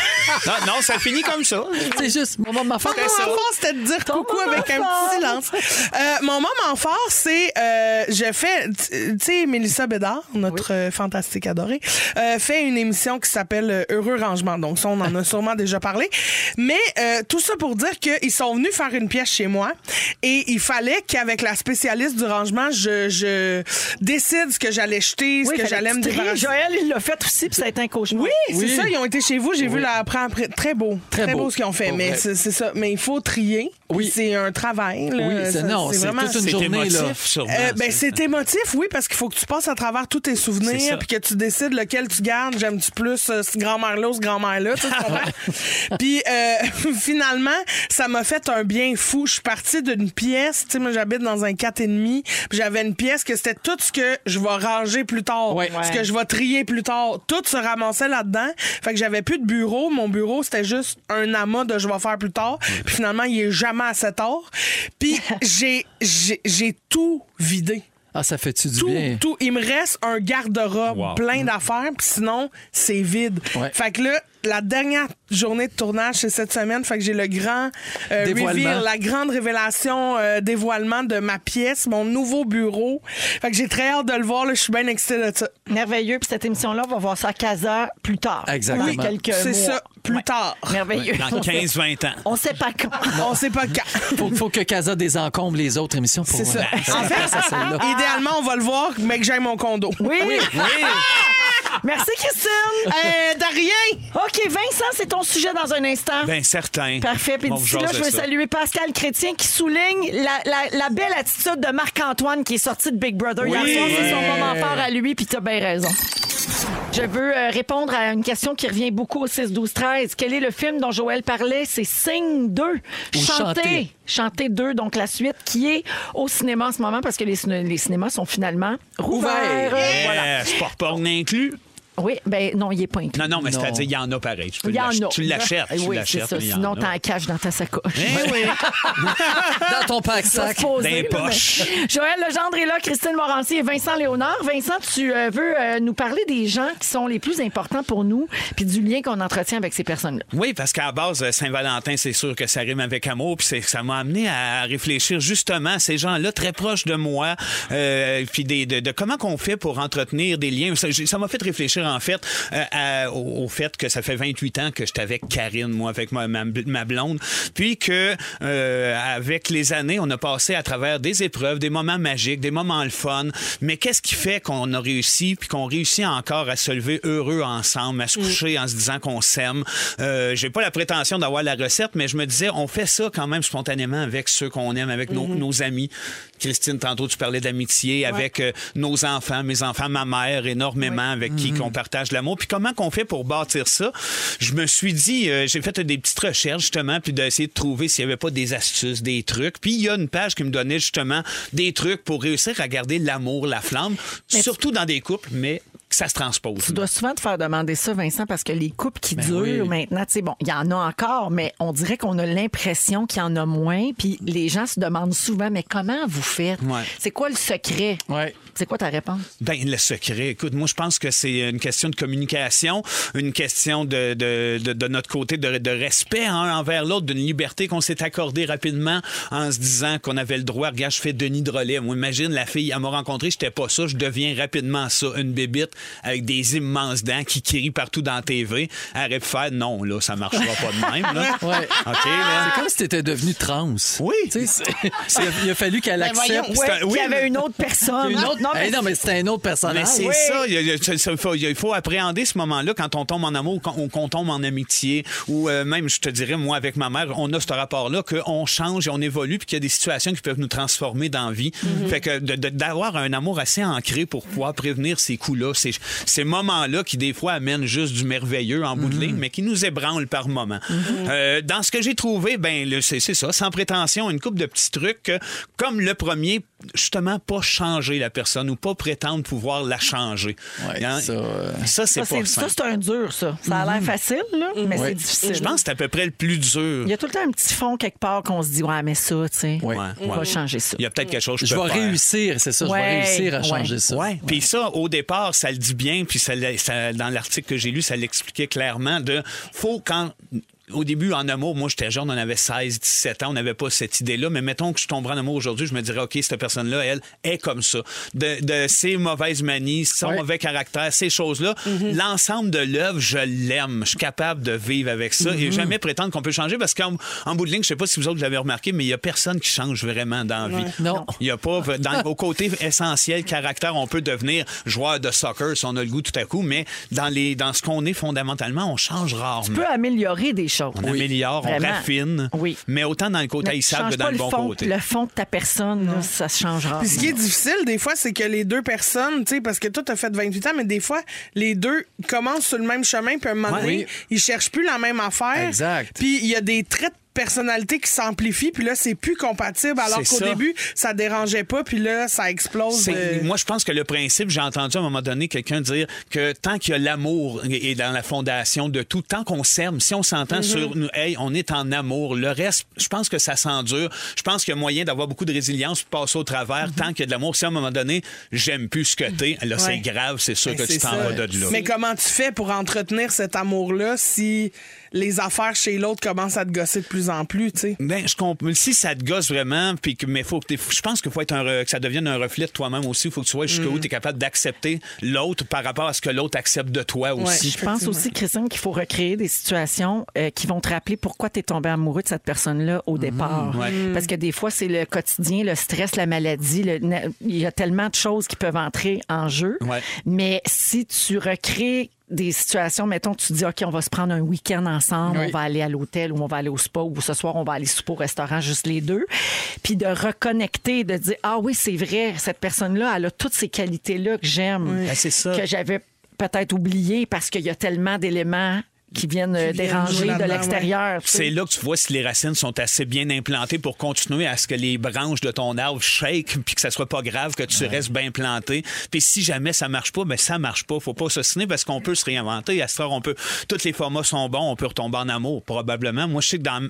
Non, non, ça finit comme [LAUGHS] ça. C'est juste mon moment fort. mon moment fort, c'était de dire coucou moment avec un fort. petit silence. Euh, mon moment fort, c'est euh, je fais, tu tu sais, Mélissa Bédard, notre euh, fantastique adorée, euh, fait une émission qui s'appelle euh, Heureux Rangement. Donc ça, on en a sûrement déjà parlé. Mais euh, tout ça pour dire qu'ils sont venus faire une pièce chez moi et il fallait qu'avec la spécialiste du rangement, je, je décide ce que j'allais jeter, ce Oui, que fallait j'allais que me tu tries. débarrasser. Joël, il l'a fait aussi, puis ça a été un cauchemar. Oui, c'est ça, ils ont été chez vous, j'ai vu la après, après- très beau, très, Très beau. beau. ce qu'ils ont fait, Pour mais vrai. c'est c'est ça, mais il faut trier. Oui. C'est un travail là. Oui, c'est- Ça, non, c'est vraiment- toute une C'est journée, émotif, là. sûrement. Euh, ben, ça. c'est émotif, oui, parce qu'il faut que tu passes à travers tous tes C'est ça. souvenirs, puis que tu décides lequel tu gardes. J'aime-tu plus euh, ce grand-mère-là ou ce grand-mère-là, tu sais, [LAUGHS] tu comprends? Puis euh, [LAUGHS] finalement, ça m'a fait un bien fou. Je suis partie d'une pièce, tu sais, moi j'habite dans un 4,5, puis j'avais une pièce que c'était tout ce que je vais ranger plus tard, Ouais. ce que je vais trier plus tard. Tout se ramassait là-dedans. Fait que j'avais plus de bureau. Mon bureau, c'était juste un amas de je vais faire plus tard. Puis finalement, il est jamais à 7 heures. [LAUGHS] Puis j'ai- j'ai j'ai tout vidé Ah, ça fait-tu du tout, bien? tout. Il me reste un garde-robe Wow. plein d'affaires, puis sinon, c'est vide. Ouais. Fait que là, la dernière journée de tournage, c'est cette semaine. Fait que j'ai le grand euh, Dévoilement. reveal, la grande révélation, euh, dévoilement de ma pièce, mon nouveau bureau. Fait que j'ai très hâte de le voir. là. Je suis bien excitée de ça. Merveilleux. Puis cette émission-là, on va voir ça à 15 heures plus tard. Exactement. Dans quelques C'est mois. ça, plus Ouais. tard. Merveilleux. Dans 15-20 ans. On sait pas quand. On sait pas quand. [LAUGHS] Faut, faut que Casa désencombre les autres émissions pour C'est ça. Ouais, En fait, ça, celle-là. idéalement, on va le voir, mais que j'aille mon condo. Oui. [LAUGHS] Merci, Christine. Euh, Darien! OK, Vincent, c'est ton sujet dans un instant. Ben certain. Parfait. Puis On d'ici vous là, jase je de veux ça. saluer Pascal Chrétien qui souligne la, la- la belle attitude de Marc-Antoine qui est sorti de Big Brother. Hier soir, c'est son moment fort à lui, puis t'as bien raison. Je veux euh, répondre à une question qui revient beaucoup au 6-12-13. Quel est le film dont Joël parlait? C'est Signe 2. Chanter. Chanter. Chanter 2, donc la suite, qui est au cinéma en ce moment parce que les, ciné- les cinémas sont finalement rouverts. Ouverts. Eh, Sport porn inclus. Oui, ben non, il n'est pas inclus. Non, non, mais Non. c'est-à-dire, il y en a pareil. Tu, peux Il y en l'ach- a. tu l'achètes. Eh Tu oui, c'est l'achètes. ça. mais il y en Sinon, a. t'en caches dans ta sacoche. Eh oui. Dans ton pack Ça sac. se pose, Dans les là, poches. mais- Joël Legendre est là, Christine Morancy et Vincent Léonard. Vincent, tu euh, veux euh, nous parler des gens qui sont les plus importants pour nous, puis du lien qu'on entretient avec ces personnes-là. Oui, parce qu'à la base, euh, Saint-Valentin, c'est sûr que ça rime avec amour, puis c'est- ça m'a amené à réfléchir justement à ces gens-là très proches de moi, euh, puis des- de, de comment qu'on fait pour entretenir des liens. Ça j'ai- ça m'a fait réfléchir en fait euh, à- au, au fait que ça fait 28 ans que j'étais avec Karine, moi, avec ma, ma, ma blonde, puis que euh, avec les années, on a passé à travers des épreuves, des moments magiques, des moments le fun. Mais qu'est-ce qui fait qu'on a réussi, puis qu'on réussit encore à se lever heureux ensemble, à se coucher en se disant qu'on s'aime? Euh, J'ai pas la prétention d'avoir la recette, mais je me disais, on fait ça quand même spontanément avec ceux qu'on aime, avec nos, nos amis. Christine, tantôt, tu parlais d'amitié avec euh, nos enfants, mes enfants, ma mère, énormément avec qui qu'on partage l'amour. Puis comment qu'on fait pour bâtir ça? Je me suis dit, euh, j'ai fait des petites recherches, justement, puis d'essayer de trouver s'il y avait pas des astuces, des trucs. Puis il y a une page qui me donnait, justement, des trucs pour réussir à garder l'amour, la flamme, surtout dans des couples, mais que ça se transpose. Tu dois souvent te faire demander ça, Vincent, parce que les couples qui Ben durent maintenant, tu sais, bon, il y en a encore, mais on dirait qu'on a l'impression qu'il y en a moins, puis les gens se demandent souvent, mais comment vous faites? Ouais. C'est quoi le secret? Ouais. C'est quoi ta réponse? Ben, le secret. Écoute, moi, je pense que c'est une question de communication, une question de, de, de, de notre côté de, de respect hein, envers l'autre, d'une liberté qu'on s'est accordée rapidement en se disant qu'on avait le droit. Regarde, je fais Denis Drolet. Moi, imagine, la fille, elle m'a rencontré, j'étais pas ça, je deviens rapidement ça, une bébite. avec des immenses dents qui crient partout dans la TV, elle aurait pu faire non, là, ça marchera pas de même. [LAUGHS] Là. Ouais. OK, là. C'est comme si t'étais devenu trans. Oui. Tu sais, c'est- c'est- il a fallu qu'elle accepte. Ouais, c'est un- qu'il oui, y avait mais- [LAUGHS] une autre personne. Une autre... Non, mais Eh non, mais c'était un autre personnage. Mais c'est oui. ça, il, y a- il y a- ça- ça- faut, il faut appréhender ce moment-là quand on tombe en amour ou quand- ou qu'on tombe en amitié ou euh, même, je te dirais, moi avec ma mère, on a ce rapport-là qu'on change et on évolue puis qu'il y a des situations qui peuvent nous transformer dans la vie. Fait que de- de- d'avoir un amour assez ancré pour pouvoir prévenir ces coups-là, ces, ces moments-là qui des fois amènent juste du merveilleux en bout de Mm-hmm. ligne, mais qui nous ébranlent par moments. Euh, dans ce que j'ai trouvé, ben le- c'est c'est ça, sans prétention, une coupe de petits trucs euh, comme le premier, justement, pas changer la personne ou pas prétendre pouvoir la changer. Hein? Ouais, ça, euh, ça, c'est ça, pas c'est- ça, simple. Mhm. c'est un dur, ça. Ça a l'air facile, là, mais c'est difficile. Je pense que c'est à peu près le plus dur. Il y a tout le temps un petit fond quelque part qu'on se dit, ouais, mais ça, tu sais, Ouais. on va Ouais. changer ça. Il y a peut-être quelque chose que je, Je peux vais faire. réussir, c'est ça. Je Ouais, vais réussir à changer ouais. ça. Ouais. Puis ça, au départ, ça le dit bien, puis ça, l'a- ça- dans l'article que j'ai lu, ça l'expliquait clairement de faut quand. Au début, en amour, moi, j'étais jeune, on avait 16, 17 ans, on n'avait pas cette idée-là. Mais mettons que je tomberais en amour aujourd'hui, je me dirais, OK, cette personne-là, elle est comme ça. De, de ses mauvaises manies, son mauvais caractère, ces choses-là, l'ensemble de l'œuvre, je l'aime. Je suis capable de vivre avec ça et jamais prétendre qu'on peut changer parce qu'en en bout de ligne, je sais pas si vous autres l'avez remarqué, mais il y a personne qui change vraiment dans la vie. Non. Il n'y a pas, euh, [LAUGHS] dans, au côté essentiel, caractère, on peut devenir joueur de soccer si on a le goût tout à coup, mais dans, les, dans ce qu'on est fondamentalement, on change On rarement. peut améliorer des choses. On améliore, on Vraiment. raffine, Oui. mais autant dans le côté Mais tu haïssable que changes dans pas le bon fond, côté. Le fond de ta personne, là, ça se changera. Puis ce qui est difficile, des fois, c'est que les deux personnes, tu sais, parce que toi, t'as fait 28 ans, mais des fois, les deux commencent sur le même chemin, puis à un moment donné, Oui. ils cherchent plus la même affaire. Exact. Puis il y a des traits de personnalité qui s'amplifient, puis là, c'est plus compatible, alors C'est qu'au ça. début, ça dérangeait pas, puis là, ça explose. C'est- euh, Moi, je pense que le principe, j'ai entendu à un moment donné quelqu'un dire que tant qu'il y a l'amour et et dans la fondation de tout, tant qu'on s'aime, si on s'entend Mhm. sur nous, hey, on est en amour, le reste, je pense que ça s'endure. Je pense qu'il y a moyen d'avoir beaucoup de résilience pour passer au travers Mhm. tant qu'il y a de l'amour. Si à un moment donné, j'aime plus ce que t'es, là, c'est grave, c'est sûr ben, que tu c'est t'en ça. vas de là. Mais comment tu fais pour entretenir cet amour-là si les affaires chez l'autre commencent à te gosser de plus en plus, tu sais? Ben, je comp- Si ça te gosse vraiment, puis que, mais faut que t'es- je pense qu'il faut être un re- que ça devienne un reflet de toi-même aussi. Il faut que tu vois Mhm. jusqu'où tu es capable d'accepter l'autre par rapport à ce que l'autre accepte de toi aussi. Je pense aussi, Christine, qu'il faut recréer des situations euh, qui vont te rappeler pourquoi tu es tombé amoureux de cette personne-là au départ. Mm, ouais. Parce que des fois, c'est le quotidien, le stress, la maladie. le- na- Il y a tellement de choses qui peuvent entrer en jeu. Ouais. Mais si tu recrées des situations, mettons, tu dis, OK, on va se prendre un week-end ensemble, on va aller à l'hôtel ou on va aller au spa ou ce soir, on va aller souper au restaurant, juste les deux. Puis de reconnecter, de dire, ah oui, c'est vrai, cette personne-là, elle a toutes ces qualités-là que j'aime, Ah, c'est ça. que j'avais peut-être oublié parce qu'il y a tellement d'éléments qui viennent euh, viennent jouer déranger de là-dedans, l'extérieur. tu sais. C'est là que tu vois si les racines sont assez bien implantées pour continuer à ce que les branches de ton arbre shake puis que ça soit pas grave que tu restes bien planté. Puis si jamais ça marche pas, ben ça marche pas, faut pas s'ostiner parce qu'on peut se réinventer. À cette heure, on peut tous les formats sont bons, on peut retomber en amour probablement. Moi je sais que dans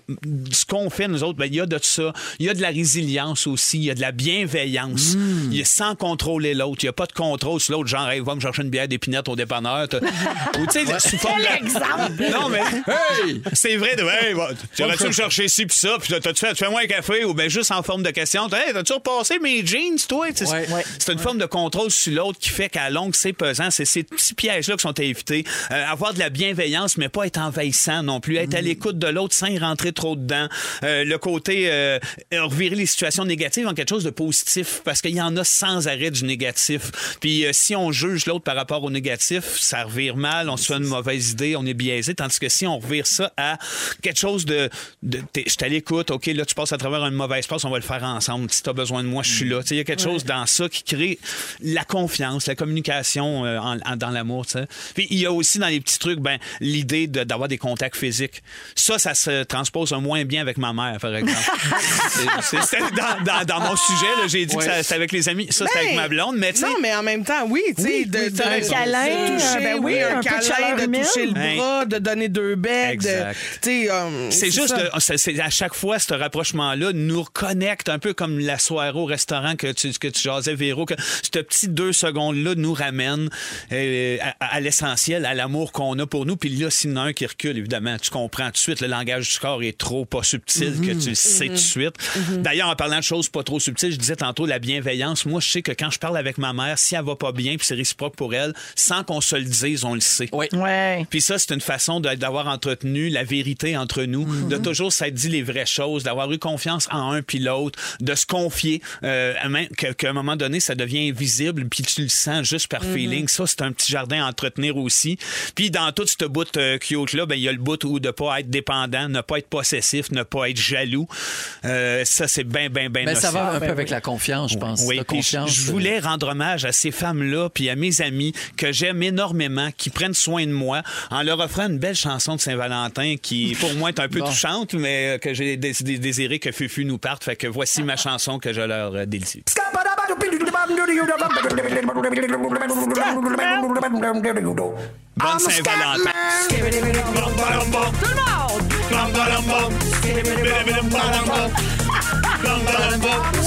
ce qu'on fait nous autres, ben, il y a de ça, il y a de la résilience aussi, il y a de la bienveillance. Il y a sans contrôler l'autre, il y a pas de contrôle sur l'autre genre hey, va me chercher une bière d'épinette au dépanneur. t'as- Ou tu sais sous forme de- Non mais Hey! [LAUGHS] c'est vrai de. Hey, va- tu vas-tu me chercher ci puis ça, puis t'as-tu fait, tu fais moins un café, ou bien juste en forme de question. t'as- Hey, t'as-tu repassé mes jeans, toi? Tu sais, Ouais. c'est- Ouais. C'est une forme de contrôle sur l'autre qui fait qu'à longue, c'est pesant. C'est ces petits pièges-là qui sont à éviter. Euh, avoir de la bienveillance, mais pas être envahissant non plus. Être à l'écoute de l'autre sans y rentrer trop dedans. Euh, le côté euh, revirer les situations négatives en quelque chose de positif, parce qu'il y en a sans arrêt du négatif. Puis euh, si on juge l'autre par rapport au négatif, ça revire mal, on se fait une mauvaise idée, on est biaisé. Tandis que si on revire ça à quelque chose de. de t'es- je t'écoute, OK, là, tu passes à travers une mauvaise passe, on va le faire ensemble. Si tu as besoin de moi, je suis là. Tu sais, Il y a quelque chose dans ça qui crée la confiance, la communication euh, en- en- dans l'amour. tu sais. Puis il y a aussi dans les petits trucs, ben, l'idée de- d'avoir des contacts physiques. Ça, ça se transpose un moins bien avec ma mère, par [LAUGHS] exemple. C'est- c'est- C'était dans, dans- dans mon sujet, là, j'ai dit Ouais. que ça- c'était avec les amis. Ça, c'était Ben, avec ma blonde, mais tu sais. Non, mais en même temps, oui, tu sais, de, de- un câlin, de toucher, ben oui, oui, un, un peu de câlin, chaleur de toucher le humaine. bras, de donner deux becs. de- Exact. tu sais, euh, C'est juste, ça. le- c'est- c'est à chaque fois, ce rapprochement-là nous reconnecte un peu comme la soirée au restaurant que tu, que tu jasais, Véro. Que ce petit deux secondes-là nous ramène euh, à, à l'essentiel, à l'amour qu'on a pour nous. Puis là, s'il y en a un qui recule, évidemment, tu comprends tout de suite. Le langage du corps est trop pas subtil que tu le sais tout de suite. D'ailleurs, en parlant de choses pas trop subtiles, je disais tantôt la bienveillance. Moi, je sais que quand je parle avec ma mère, si elle va pas bien, puis c'est réciproque pour elle, sans qu'on se le dise, on le sait. Oui. Ouais. Puis ça, c'est une façon de- d'avoir entretenu la vérité entre nous, Mm-hmm. de toujours s'être dit les vraies choses, d'avoir eu confiance en un puis l'autre, de se confier, euh, à main- que- qu'à un moment donné, ça devient invisible, puis tu le sens juste par Mm-hmm. feeling. Ça, c'est un petit jardin à entretenir aussi. Puis dans tout ce bout euh, cute-là, ben, il y a le bout où de pas être dépendant, ne pas être possessif, ne pas être jaloux. Euh, ça, c'est bien, bien, bien Mais Ben, ça va un peu avec la confiance, je pense. oui, La puis je- confiance, je euh, voulais rendre hommage à ces femmes-là, puis à mes amis que j'aime énormément, qui prennent soin de moi, en leur offrant une belle chanson de Saint-Valentin qui, pour moi, est un peu Bon. touchante, mais euh, que j'ai dé- dé- désiré que Fufu nous parte. Fait que voici ma chanson que je leur euh, dédie. Bonne Saint-Valentin. Dans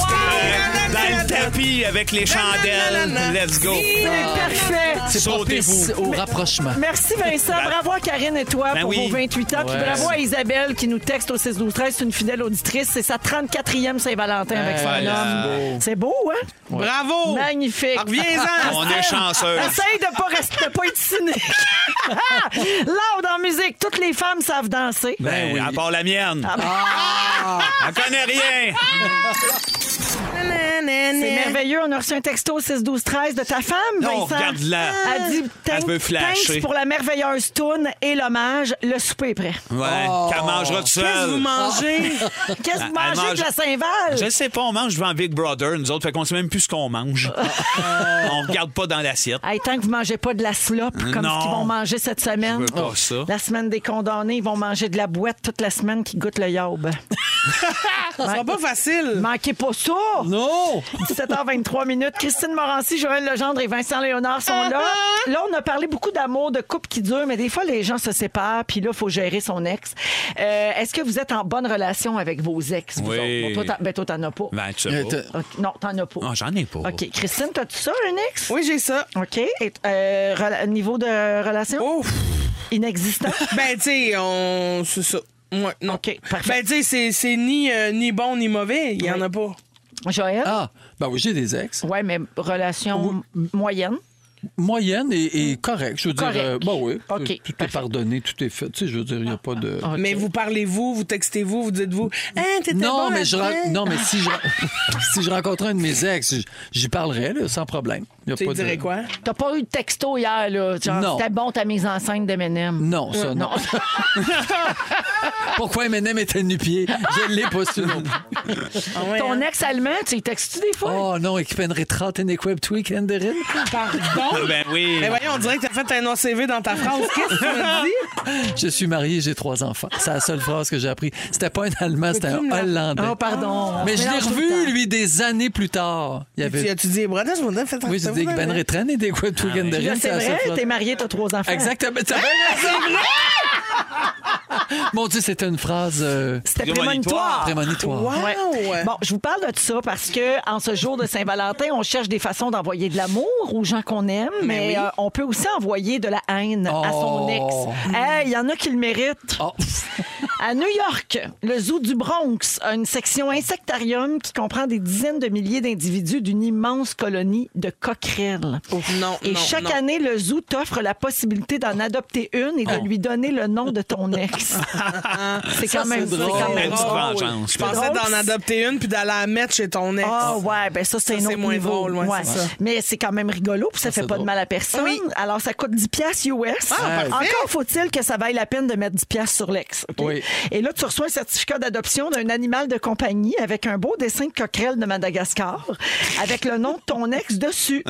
le Euh, tapis avec les chandelles. Let's go. C'est parfait. C'est propice Sautez-vous. au rapprochement. Merci Vincent, bravo à Karine et toi Ben pour oui. vos 28 ans. Puis Ouais. bravo à Isabelle qui nous texte au 6 12 13 c'est une fidèle auditrice. C'est sa 34e Saint-Valentin Euh, avec son voilà. homme. C'est beau, hein? Bravo! Magnifique. Ah, Reviens-en! Oh. On est chanceux. Essaye de pas rester, de pas être [LAUGHS] cynique. Loud en musique, toutes les femmes savent danser. Ben, oui. À part la mienne. Ah. Ah. Elle connaît rien. C'est merveilleux. On a reçu un texto 6 12 13 de ta femme, Non, Vincent. regarde-la. Elle dit Elle thank- veut flasher. thanks pour la merveilleuse toune et l'hommage. Le souper [LAUGHS] est prêt. Ouais. Qu'elle mangera toute Oh. Qu'est-ce que vous seule. Ah. [LAUGHS] mangez? Qu'est-ce que vous Elle mangez mange- de la Saint-Val? Je sais pas, on mange devant Big Brother, nous autres, fait qu'on sait même plus ce qu'on mange. Ah. [LAUGHS] on regarde pas dans l'assiette. Hey, tant que vous mangez pas de la slop comme Ah, Non. ce qu'ils vont manger cette Je semaine. veux pas ça. Oh. La semaine des condamnés, ils vont manger de la boîte toute la semaine qui goûte [LAUGHS] le yaob. Ça sera pas facile. Manquez pas ça! Non! 17h23 minutes. Christine Morancy, Joël Legendre et Vincent Léonard sont là. Là, on a parlé beaucoup d'amour, de couple qui dure, mais des fois, les gens se séparent, puis là, il faut gérer son ex. Euh, Est-ce que vous êtes en bonne relation avec vos ex? vous Oui. autres? Bon, toi, t'en- ben, toi, t'en as pas. Ben, tu sais pas. Ok, Non, t'en as pas. Ah, J'en ai pas. OK. Christine, t'as-tu ça, un ex? Oui, Oh. j'ai ça. OK. Et, euh, rela- niveau de relation? Ouf! Inexistant? Ben, tu sais, on. C'est ça. Ouais, non. OK, parfait. Ben, tu sais, c'est- c'est ni, euh, ni bon ni mauvais. Il y en a pas. Joël? Ah, ben oui, j'ai des ex. Ouais, mais relation moyenne. Moyenne et, et correcte, je veux dire. Correct. euh, ben oui. OK, Ah, Tout est pardonné, tout est fait. Tu sais, je veux dire, il n'y a pas de. OK. Mais vous parlez-vous, vous textez-vous, vous dites-vous. Hein, t'étais hein? Non, bon mais je, là-dedans. ren- non, mais si je, [LAUGHS] si je rencontrais un de mes ex, j- j'y parlerais, là, sans problème. Il Y a Tu pas de- dirais quoi? T'as pas eu de texto hier, là. Genre, Non. C'était bon ta mise en scène Euh, de Ménème. Non, ça, non. Pourquoi Eminem était nu-pied? Je l'ai pas [LAUGHS] su non plus. Ah ouais, Ton hein? ex allemand, tu y textes-tu des fois? Oh non, et qui fait une retraite in web tweak and the rim. Pardon? [LAUGHS] Ben oui. Mais voyons, on dirait que t'as fait un OCV dans ta phrase. Qu'est-ce que tu me dis? Je suis marié, j'ai trois enfants. C'est la seule phrase que j'ai appris. C'était pas un Allemand, c'était un Hollandais. Oh, pardon. ben, Mais je l'ai Mélange tout le revu, temps. lui, des années plus tard. Il y Tu avait. as-tu dit, Brother, je voudrais faire un Oui, j'ai dit Ben Retren et des web tweak and the Là, rim. C'est la seule vrai, phrase. t'es marié, t'as trois enfants. Exactement. T'as bien raison. [LAUGHS] Mon Dieu, c'était une phrase euh, C'était Prémonitoire. prémonitoire. prémonitoire. Ouais. Wow! Bon, je vous parle de ça parce que en ce jour de Saint-Valentin, on cherche des façons d'envoyer de l'amour aux gens qu'on aime, mais euh, on peut aussi envoyer de la haine à son Oh. ex. Hey, Il y en a qui le méritent. Oh. À New York, le zoo du Bronx a une section insectarium qui comprend des dizaines de milliers d'individus d'une immense colonie de coquerelles. Non, Et non, chaque non. année, le zoo t'offre la possibilité d'en adopter une et de lui donner le nom de ton ex. c'est quand même c'est c'est drôle. quand Une même petite drôle. vengeance. Je pensais drôle, d'en c'est- adopter une puis d'aller la mettre chez ton ex. Oh. Ah ouais, ben ça c'est Ça, un c'est autre moins niveau. drôle, ouais, c'est ça. Mais c'est quand même rigolo, puis ça, fait Ah, c'est pas de drôle. mal à personne. Alors ça coûte 10 pièces Ah, US. parfait. Encore faut-il que ça vaille la peine de mettre 10 pièces sur l'ex. ok? Oui. Et là tu reçois un certificat d'adoption d'un animal de compagnie avec un beau dessin de coquerelle de Madagascar avec le nom de ton [LAUGHS] ex dessus.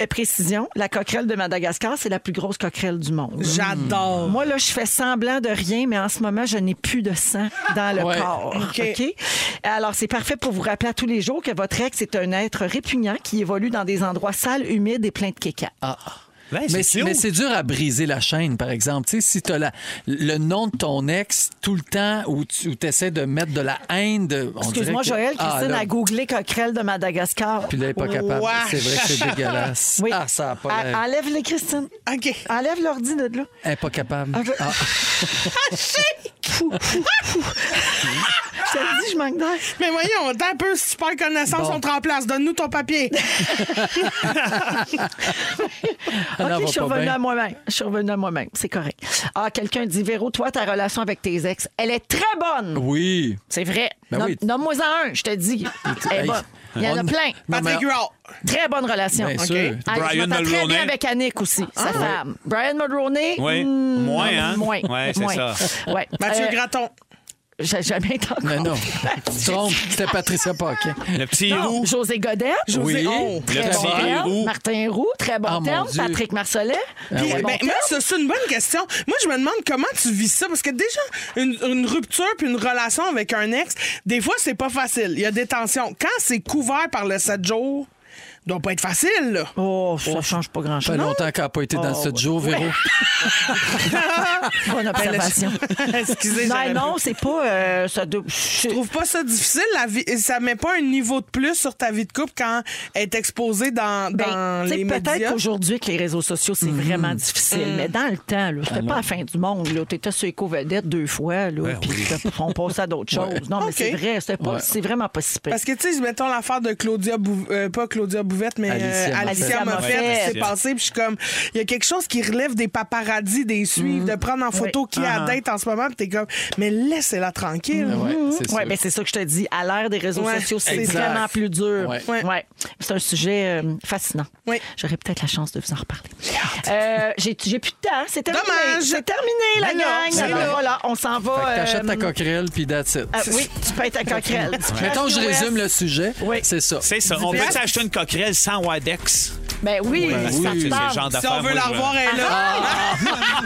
Et précision, la coquerelle de Madagascar, c'est la plus grosse coquerelle du monde. J'adore. Moi, là, je fais semblant de rien, mais en ce moment, je n'ai plus de sang dans le Ouais. [LAUGHS] corps. OK. OK? Alors, c'est parfait pour vous rappeler à tous les jours que votre ex est un être répugnant qui évolue dans des endroits sales, humides et pleins de kékas. Ah. Ouais, mais, c'est cute. mais c'est dur à briser la chaîne, par exemple. Tu sais, si tu as le nom de ton ex tout le temps ou tu essaies de mettre de la haine. de- on Excuse-moi, dirait que- Joël, Ah, Christine là, a googlé coquerelle de Madagascar. Puis là, elle est pas capable. Wesh. C'est vrai [LAUGHS] que c'est dégueulasse. Oui. Ah, ça a pas En- l'air. Enlève-les, Christine. Mm. OK. Enlève l'ordi de là. Elle est pas capable. Ah, je- [LAUGHS] Ah, Ah. Fou, fou, [LAUGHS] fou. Je te le dis, je manque d'air. Mais voyons, t'as un peu, si tu perds connaissance, Bon. on te remplace. Donne-nous ton [LAUGHS] papier. Ah non, OK, va je suis pas revenue bien. à moi-même. Je suis revenue à moi-même. C'est correct. Ah, quelqu'un dit Véro, toi, ta relation avec tes ex, elle est très bonne. Oui. C'est vrai. Ben Nom- oui. Nomme-moi en un, je te dis. Elle est Hey, bonne. Il y en a on- plein. Non, mais- Patrick Raw. Très bonne relation. Bien OK. sûr. Ah, Ah, je Brian m'entends très Mulroney. bien avec Annick aussi, sa femme. Brian Mulroney. Oui. hmm, Moins, non, hein? Moins. Ouais, c'est ça. Moins. Ouais. Mathieu Euh, Graton. J'ai jamais entendu. [LAUGHS] Mais non. Tu te trompes. C'était Patricia Paquin. Le petit roux. José Godet. José Oui. Hon. Très Le bon petit terme. Roux. Martin Roux, très bon Ah, mon terme. Dieu. Ah, Patrick Marcelet. Puis, très bon ben, terme. moi, ça, c'est une bonne question. Moi, je me demande comment tu vis ça. Parce que déjà, une, une rupture puis une relation avec un ex, des fois, c'est pas facile. Il y a des tensions. Quand c'est couvert par le 7 jours, doit pas être facile, là. Oh, ça change pas Ça fait grand-chose. longtemps qu'elle n'a pas été dans Oh, ce ouais. jour, Véro. Bonne observation. [LAUGHS] Excusez, Non, j'aurais non, c'est pas. euh, ça doit- je- Je trouve pas ça difficile. La vie, ça met pas un niveau de plus sur ta vie de couple quand elle est exposée dans, dans Ben, tu sais, les peut-être médias. Mhm. qu'aujourd'hui, avec les réseaux sociaux, c'est vraiment difficile. Mais dans le temps, là, Ah c'était pas la fin du monde. là. T'étais sur Éco-Vedette deux fois, là, Ben puis t'as- on passait à [LAUGHS] d'autres choses. Non, mais OK. c'est vrai, c'était pas- c'est vraiment pas si pire. Parce que, tu sais, mettons l'affaire de Claudia, Bouv- euh, pas Claudia Bouvette, mais euh, Alicia Alicia, Moffett. Moffett, qui s'est Ouais. passé. Puis je suis comme, il y a quelque chose qui relève des paparazzis, des suives, de prendre en photo Oui. qui est à Uh-huh. date en ce moment. Puis t'es comme, mais laissez-la tranquille. Ouais, c'est Oui, sûr. ben c'est ça que je te dis. À l'ère des réseaux Ouais, sociaux, c'est exact. vraiment plus dur. Ouais. Ouais. Ouais. C'est un sujet euh, fascinant. Oui. J'aurais peut-être la chance de vous en reparler. Euh, J'ai j'ai plus de temps. C'est terminé. Dommage. C'est terminé, la Ben non, c'est gang. vrai. Alors voilà, on s'en va. Fait que t'achètes ta euh, coquerelle, puis that's it. ah, oui, tu peux être à coquerelle. Tu peux Mettons, acheter je au résume West. le sujet. Oui. C'est ça. C'est ça. On peut s'acheter une coquerelle sans Wadex. Ben oui, Parce que ça c'est te le parle. genre Si d'affaire. on veut moi, la je veux- revoir, elle est là.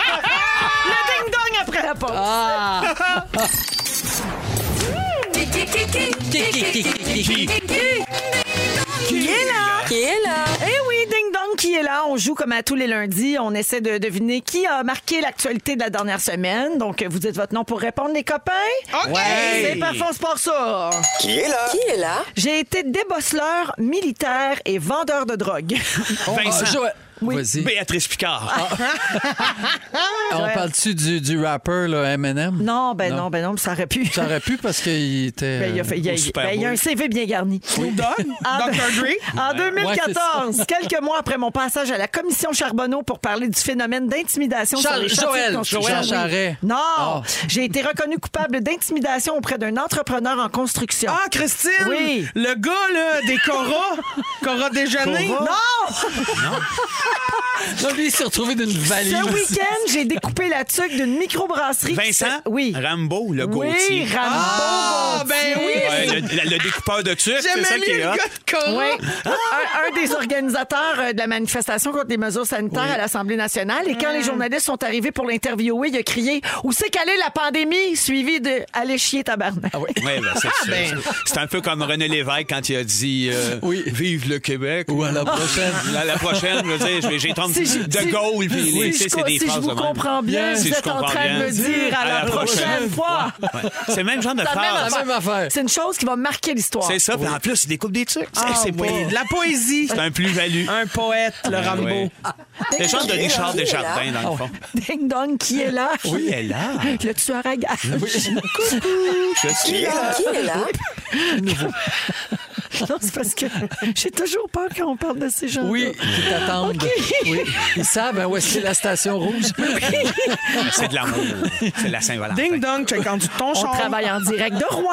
Le ding-dong après la pause. Ah, Qui est là? Eh oui, Ding Dong qui est là. On joue comme à tous les lundis. On essaie de deviner qui a marqué l'actualité de la dernière semaine. Donc, vous dites votre nom pour répondre, les copains. OK. C'est parfait, on se part ça. Qui est là? J'ai été débosseleur, militaire et vendeur de drogue. [LAUGHS] Ah, Vincent. Joël, Vas-y. Béatrice Picard. On Ouais. parle-tu du, du rapper, là, M&M? Ah, Non, ben non, Non. ben non, ça aurait pu. Ça aurait pu parce qu'il était... Ben, il y a, fait- il y a- Au Super ben, il y a un Bowl. CV bien garni. Donne. Ah, ben- Dr. Dre. En Ouais, c'est 2014, [LAUGHS] quelques mois après mon passage à la commission Charbonneau pour parler du phénomène d'intimidation sur Charles- les chantiers Joël, de construction. Joël Oui. Charret. Non, Ah. j'ai été reconnu coupable d'intimidation auprès d'un entrepreneur en construction. Ah, Christine. Oui. Le gars, là, des Cora. Cora Déjeuner. Non! Là, lui, il s'est retrouvé d'une valise. Ce week-end, j'ai découpé la tuque d'une microbrasserie. qui Vincent. s- Oui. Rambo, le Oui, Gautier. Rambo. Ah, ben oui. Ouais, le, le- le découpeur de tuc, c'est ça J'aimais qui mieux est le hot. gars de Cora. Oui. [LAUGHS] Un, un des organisateurs euh, de la manifestation contre les mesures sanitaires à l'Assemblée nationale. Et quand les journalistes sont arrivés pour l'interviewer, il a crié Où c'est qu'allait la pandémie suivi de Allez chier, tabarnak. Ah oui. Ouais, ben, c'est sûr. ben. C'est un peu comme René Lévesque quand il a dit euh, Oui. Vive le Québec. Ah. Ou à la prochaine. La, la prochaine, je veux dire, je vais- j'ai tombé [LAUGHS] Si je- si- de Gaulle. puis si les- tu je sais, co- c'est des si je phrases vous de même. comprends bien, Si vous je êtes en comprends train de bien. me dire à la prochaine fois. Ouais. C'est le même genre de C'est la même phrase. La même affaire. C'est une chose qui va marquer l'histoire. C'est ça, puis en plus, il découpe des trucs. C'est- c'est pas- Oui, de la poésie. C'est un plus-value. Un poète, le Ouais, Rambo. ouais. Le genre de Richard Il est là. Desjardins, dans le fond. Ding dong, qui Ah, est là? Oui, elle est là. Le tueur à gage. Je suis là. Qui est là? Non, c'est parce que j'ai toujours peur quand on parle de ces gens Oui, qui t'attendent. OK. Oui. Ils savent hein, où est-ce que c'est la station rouge. C'est de l'amour. C'est de la Saint-Valentin. Ding dong, check en dessous de ton On char. travaille en direct de Rouen.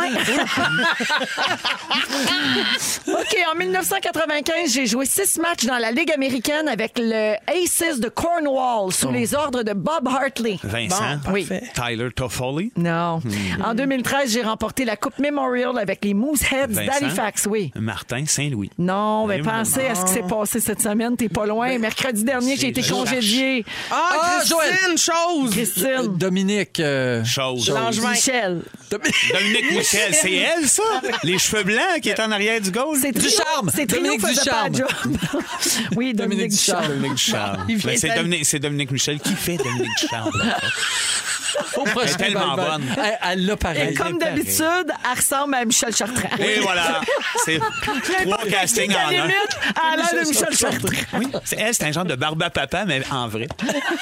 OK, en 1995, j'ai joué six matchs dans la Ligue américaine avec le Aces de Cornwall sous les Oh. ordres de Bob Hartley. Vincent, Bon, oui. Tyler Toffoli. Hmm. Non. En 2013, j'ai remporté la Coupe Memorial avec les Mooseheads Vincent. d'Halifax, oui. Martin Saint-Louis. Non, mais Eh, mon pensez à ce qui s'est passé cette semaine. T'es pas loin. Mercredi dernier, j'ai été je congédié. Ah, Ah, Christine, chose! Euh, Christine. Dominique. euh, Chose. Langevin. Michel. Dominique Michel, [LAUGHS] c'est elle, ça? Les cheveux blancs qui est en arrière du goal? C'est Trio- Ducharme. C'est Trio Dominique faisait pas la Ducharme. job. oui, Dominique Dominique Ducharme. Ducharme. Dominique Ducharme. Il vient Ben, c'est d'elle. Dominique, c'est Dominique Michel. Qui fait Dominique [LAUGHS] Ducharme? là? Au prochain est tellement bal-bal. bonne. Elle- Elle l'a pareil. Et comme pareil. d'habitude, elle ressemble à Michel Chartrand. Et voilà. C'est trois castings à en la un. limite, à l'air de Michel Chartrand. Oui. C'est- Elle, c'est un genre de barbe à papa, mais en vrai.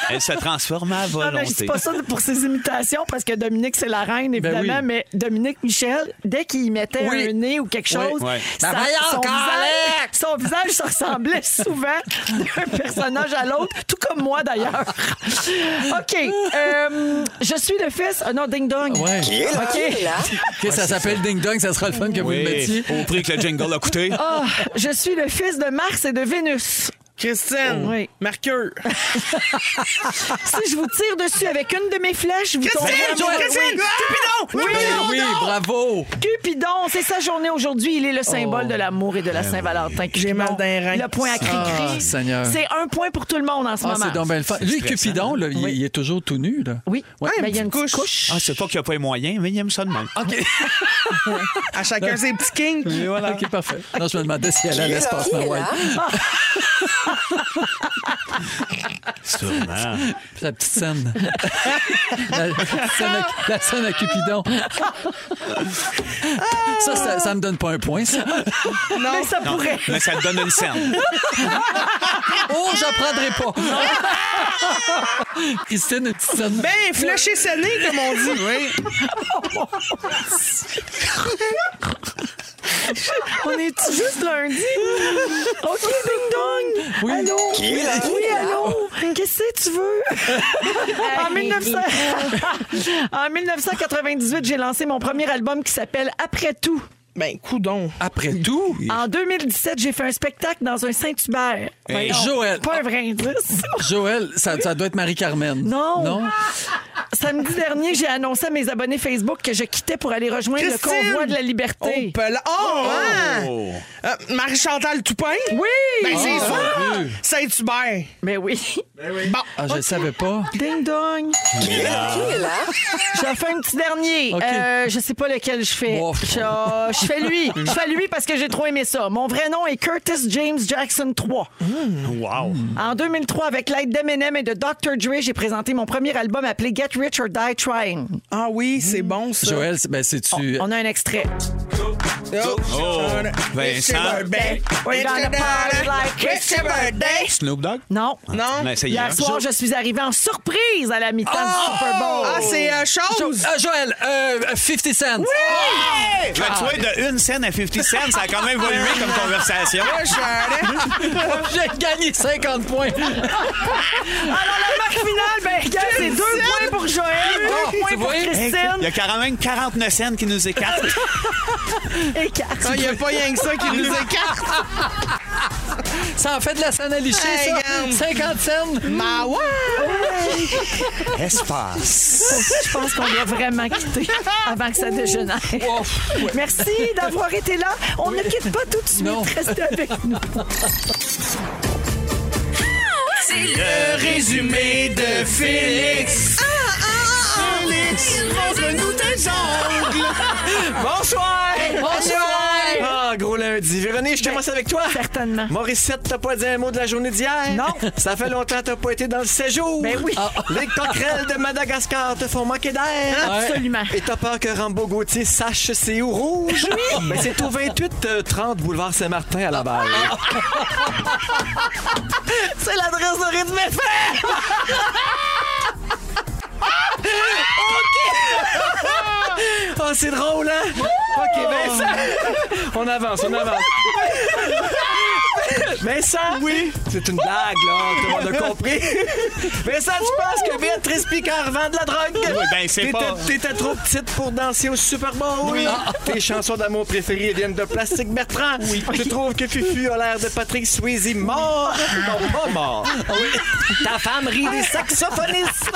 Elle se transforme à Ah Non, Ah, mais je dis volonté. pas ça pour ses imitations, parce que Dominique, c'est la reine, évidemment, Ben oui. mais Dominique Michel, dès qu'il y mettait Oui. un nez ou quelque Oui, chose, ouais. ça- Ben voyons, son, visage, Alex! son visage se ressemblait [LAUGHS] souvent d'un personnage à l'autre, tout comme moi d'ailleurs. [LAUGHS] OK. euh, je suis le fils. Ah non, ding dong. Ouais. OK. Ok, ça s'appelle Ding Dong, ça sera le fun que vous le Oui, Oh. mettiez. au prix que le jingle a coûté. Ah, je suis le fils de Mars et de Vénus. Christine, Oh. Oui. Mercure. Si je vous tire dessus avec une de mes flèches, vous tombez. Christine, Oui, Christine, Cupidon! Oui, Ben oui, oui, bravo! Cupidon, c'est sa journée aujourd'hui. Il est le symbole de l'amour et de la Saint-Valentin. Cupidon. mal d'un rein. Le point à Ah, cri-cri. Seigneur. c'est un point pour tout le monde en ce Ah, moment. c'est donc bien le fun. Lui, Cupidon, là, il, il est toujours tout nu. Là. Oui, Ouais. Ben, il y a une petite couche. Ah, c'est pas qu'il n'y a pas les moyens, mais il aime ça de même. [LAUGHS] OK. À chacun ses petits kinks. OK, parfait. Non, je me demandais si elle allait se passer Qui est là? Sûrement. La petite scène. [LAUGHS] la, la scène à, la scène à Cupidon. ça, ça, ça me donne pas un point, ça. Mais ça [LAUGHS] pourrait. Mais ça te donne une [LAUGHS] scène. Oh, j'en prendrai pas. Christine, une petite scène. Ben, fléché sonné, comme on dit. On est juste lundi. [LAUGHS] OK, ding dong. Oui. Allô? est là? Oui, allô? Qu'est-ce que tu veux? en, 1900 [LAUGHS] en 1998, j'ai lancé mon premier album qui s'appelle Après tout. Ben, coudon. Après tout, En 2017, j'ai fait un spectacle dans un Saint-Hubert. Hey, Voyons, Joël. Pas un vrai indice. Joël, ça, ça doit être Marie-Carmen. Non. Non? Samedi dernier, j'ai annoncé à mes abonnés Facebook que je quittais pour aller rejoindre le Christine! convoi de la Oh, liberté. pela- oh, hein? Oh. Euh, Marie-Chantal Toupin? Oui! Ben, c'est Ah, ça. mon Dieu. Saint-Hubert. Mais oui. Ah, je ne savais pas. Ding dong. Qui est là? J'en fais un petit dernier. OK. Euh, je sais pas lequel je fais. Bon. Je, je fais lui. Je fais lui parce que j'ai trop aimé ça. Mon vrai nom est Curtis James Jackson III. Mmh. Wow. En 2003, avec l'aide d'Eminem et de Dr. Dre, j'ai présenté mon premier album appelé Get Rich or Die Trying. Ah oui, c'est bon, ça. Joël, c'est- ben, c'est-tu. On a un extrait. Oh, Oh, Vincent. Ben, We're gonna party like it's your birthday. Snoop Dogg? Non. Non. Mais ça y est, hein? Hier soir, je Oh! suis arrivée en surprise à la mi-temps du Super Bowl. Ah, c'est euh, chose. Ah! Ah, Joël, euh, 50 Cent. Je vais te souhaiter de une scène à 50 cents, ça a quand même évolué comme conversation. J'ai gagné 50 points. Alors, la marque finale, [LAUGHS] ben, gars, c'est deux points pour Joël, Ah, deux tu points pour vois? Christine. Il y a quand même 49 scènes qui nous écartent. Et quatre. Il n'y a pas rien que ça qui nous écarte. Ça en fait de la scène à licher, Hey, ça. gamme. 50 cents. Bah Ma ouais. Espace. Je pense qu'on doit vraiment quitter avant que ça dégénère. Merci d'avoir été là. On ne quitte pas tout de suite. Non. Restez avec nous. Le résumé de Félix. Ah, ah, Félix, montre-nous tes ongles. Bonsoir! Bonsoir. Ah, gros lundi. Véronique, je commence avec toi. Ben, Certainement. Morissette, t'as pas dit un mot de la journée d'hier? Non. [LAUGHS] Ça fait longtemps que t'as pas été dans le séjour. Ah. Ben oui. Les coquerelles de Madagascar te font manquer d'air. Absolument. Et t'as peur que Rambo Gauthier sache c'est où rouge? Oui. Mais c'est au 28-30 boulevard Saint-Martin à la barre. [LAUGHS] c'est l'adresse de rythme [LAUGHS] FM! OK! oh, c'est Oh. [LAUGHS] drôle, hein? OK, ben ça... On avance, on avance. Mais ça, oui, c'est une blague, là. Tout [LAUGHS] le monde a compris. Mais ça, tu penses que Béatrice Picard vend de la drogue? Oui, ben, c'est T'étais- pas- T'étais trop petite pour danser au Super Bowl. Oui. Tes chansons d'amour préférées viennent de Plastique Bertrand. Oui. Tu trouves que Fufu a l'air de Patrick Swayze mort? Non, pas mort. Ah Ta femme rit des saxophonistes.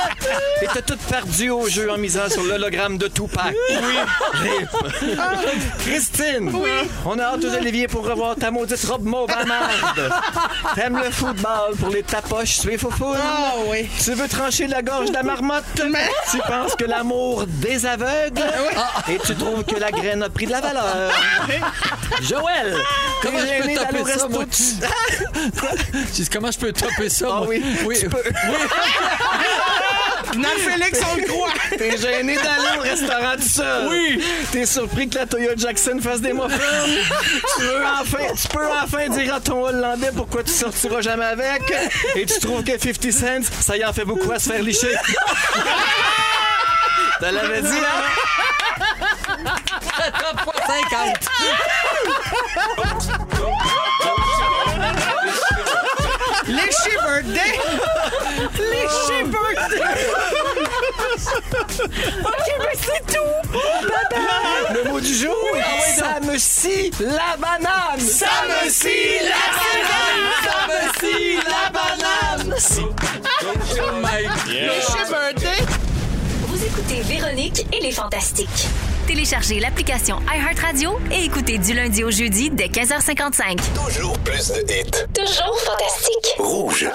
Et t'as tout perdu au jeu en misant sur l'hologramme de Tupac. Oui. [LAUGHS] Christine. On a hâte aux oliviers pour revoir ta maudite robe mauve amande. T'aimes le football pour les tapoches sur les faufounes. Ah oui. hein? Tu veux trancher la gorge de la marmotte. Tu penses que l'amour des aveugles. Ah, Et tu trouves que la graine a pris de la valeur. Joël. Comment t'es je peux gêné d'aller au taper ça, resto moi? Je dis, comment je peux taper ça, Ah moi? oui, tu peux. Non, Félix, on le croit. T'es gêné d'aller au restaurant tout seul. Oui. T'es surpris que la Toyota Jackson fasse des muffins. tu, veux enfin, tu peux enfin dire à ton Hollandais pourquoi tu sortiras jamais avec. Et tu trouves que 50 cents, ça y en fait beaucoup à se faire [LAUGHS] licher. Tu l'avais dit, hein? 50. Léché birthday. Léché birthday. Le mot du jour, ça me scie la banane. ah Ça me scie la banane. Ça me scie la banane. Vous écoutez Véronique et les Fantastiques. Téléchargez l'application iHeartRadio et écoutez du lundi au jeudi dès 15h55. Toujours plus de hits. Toujours fantastique. Rouge.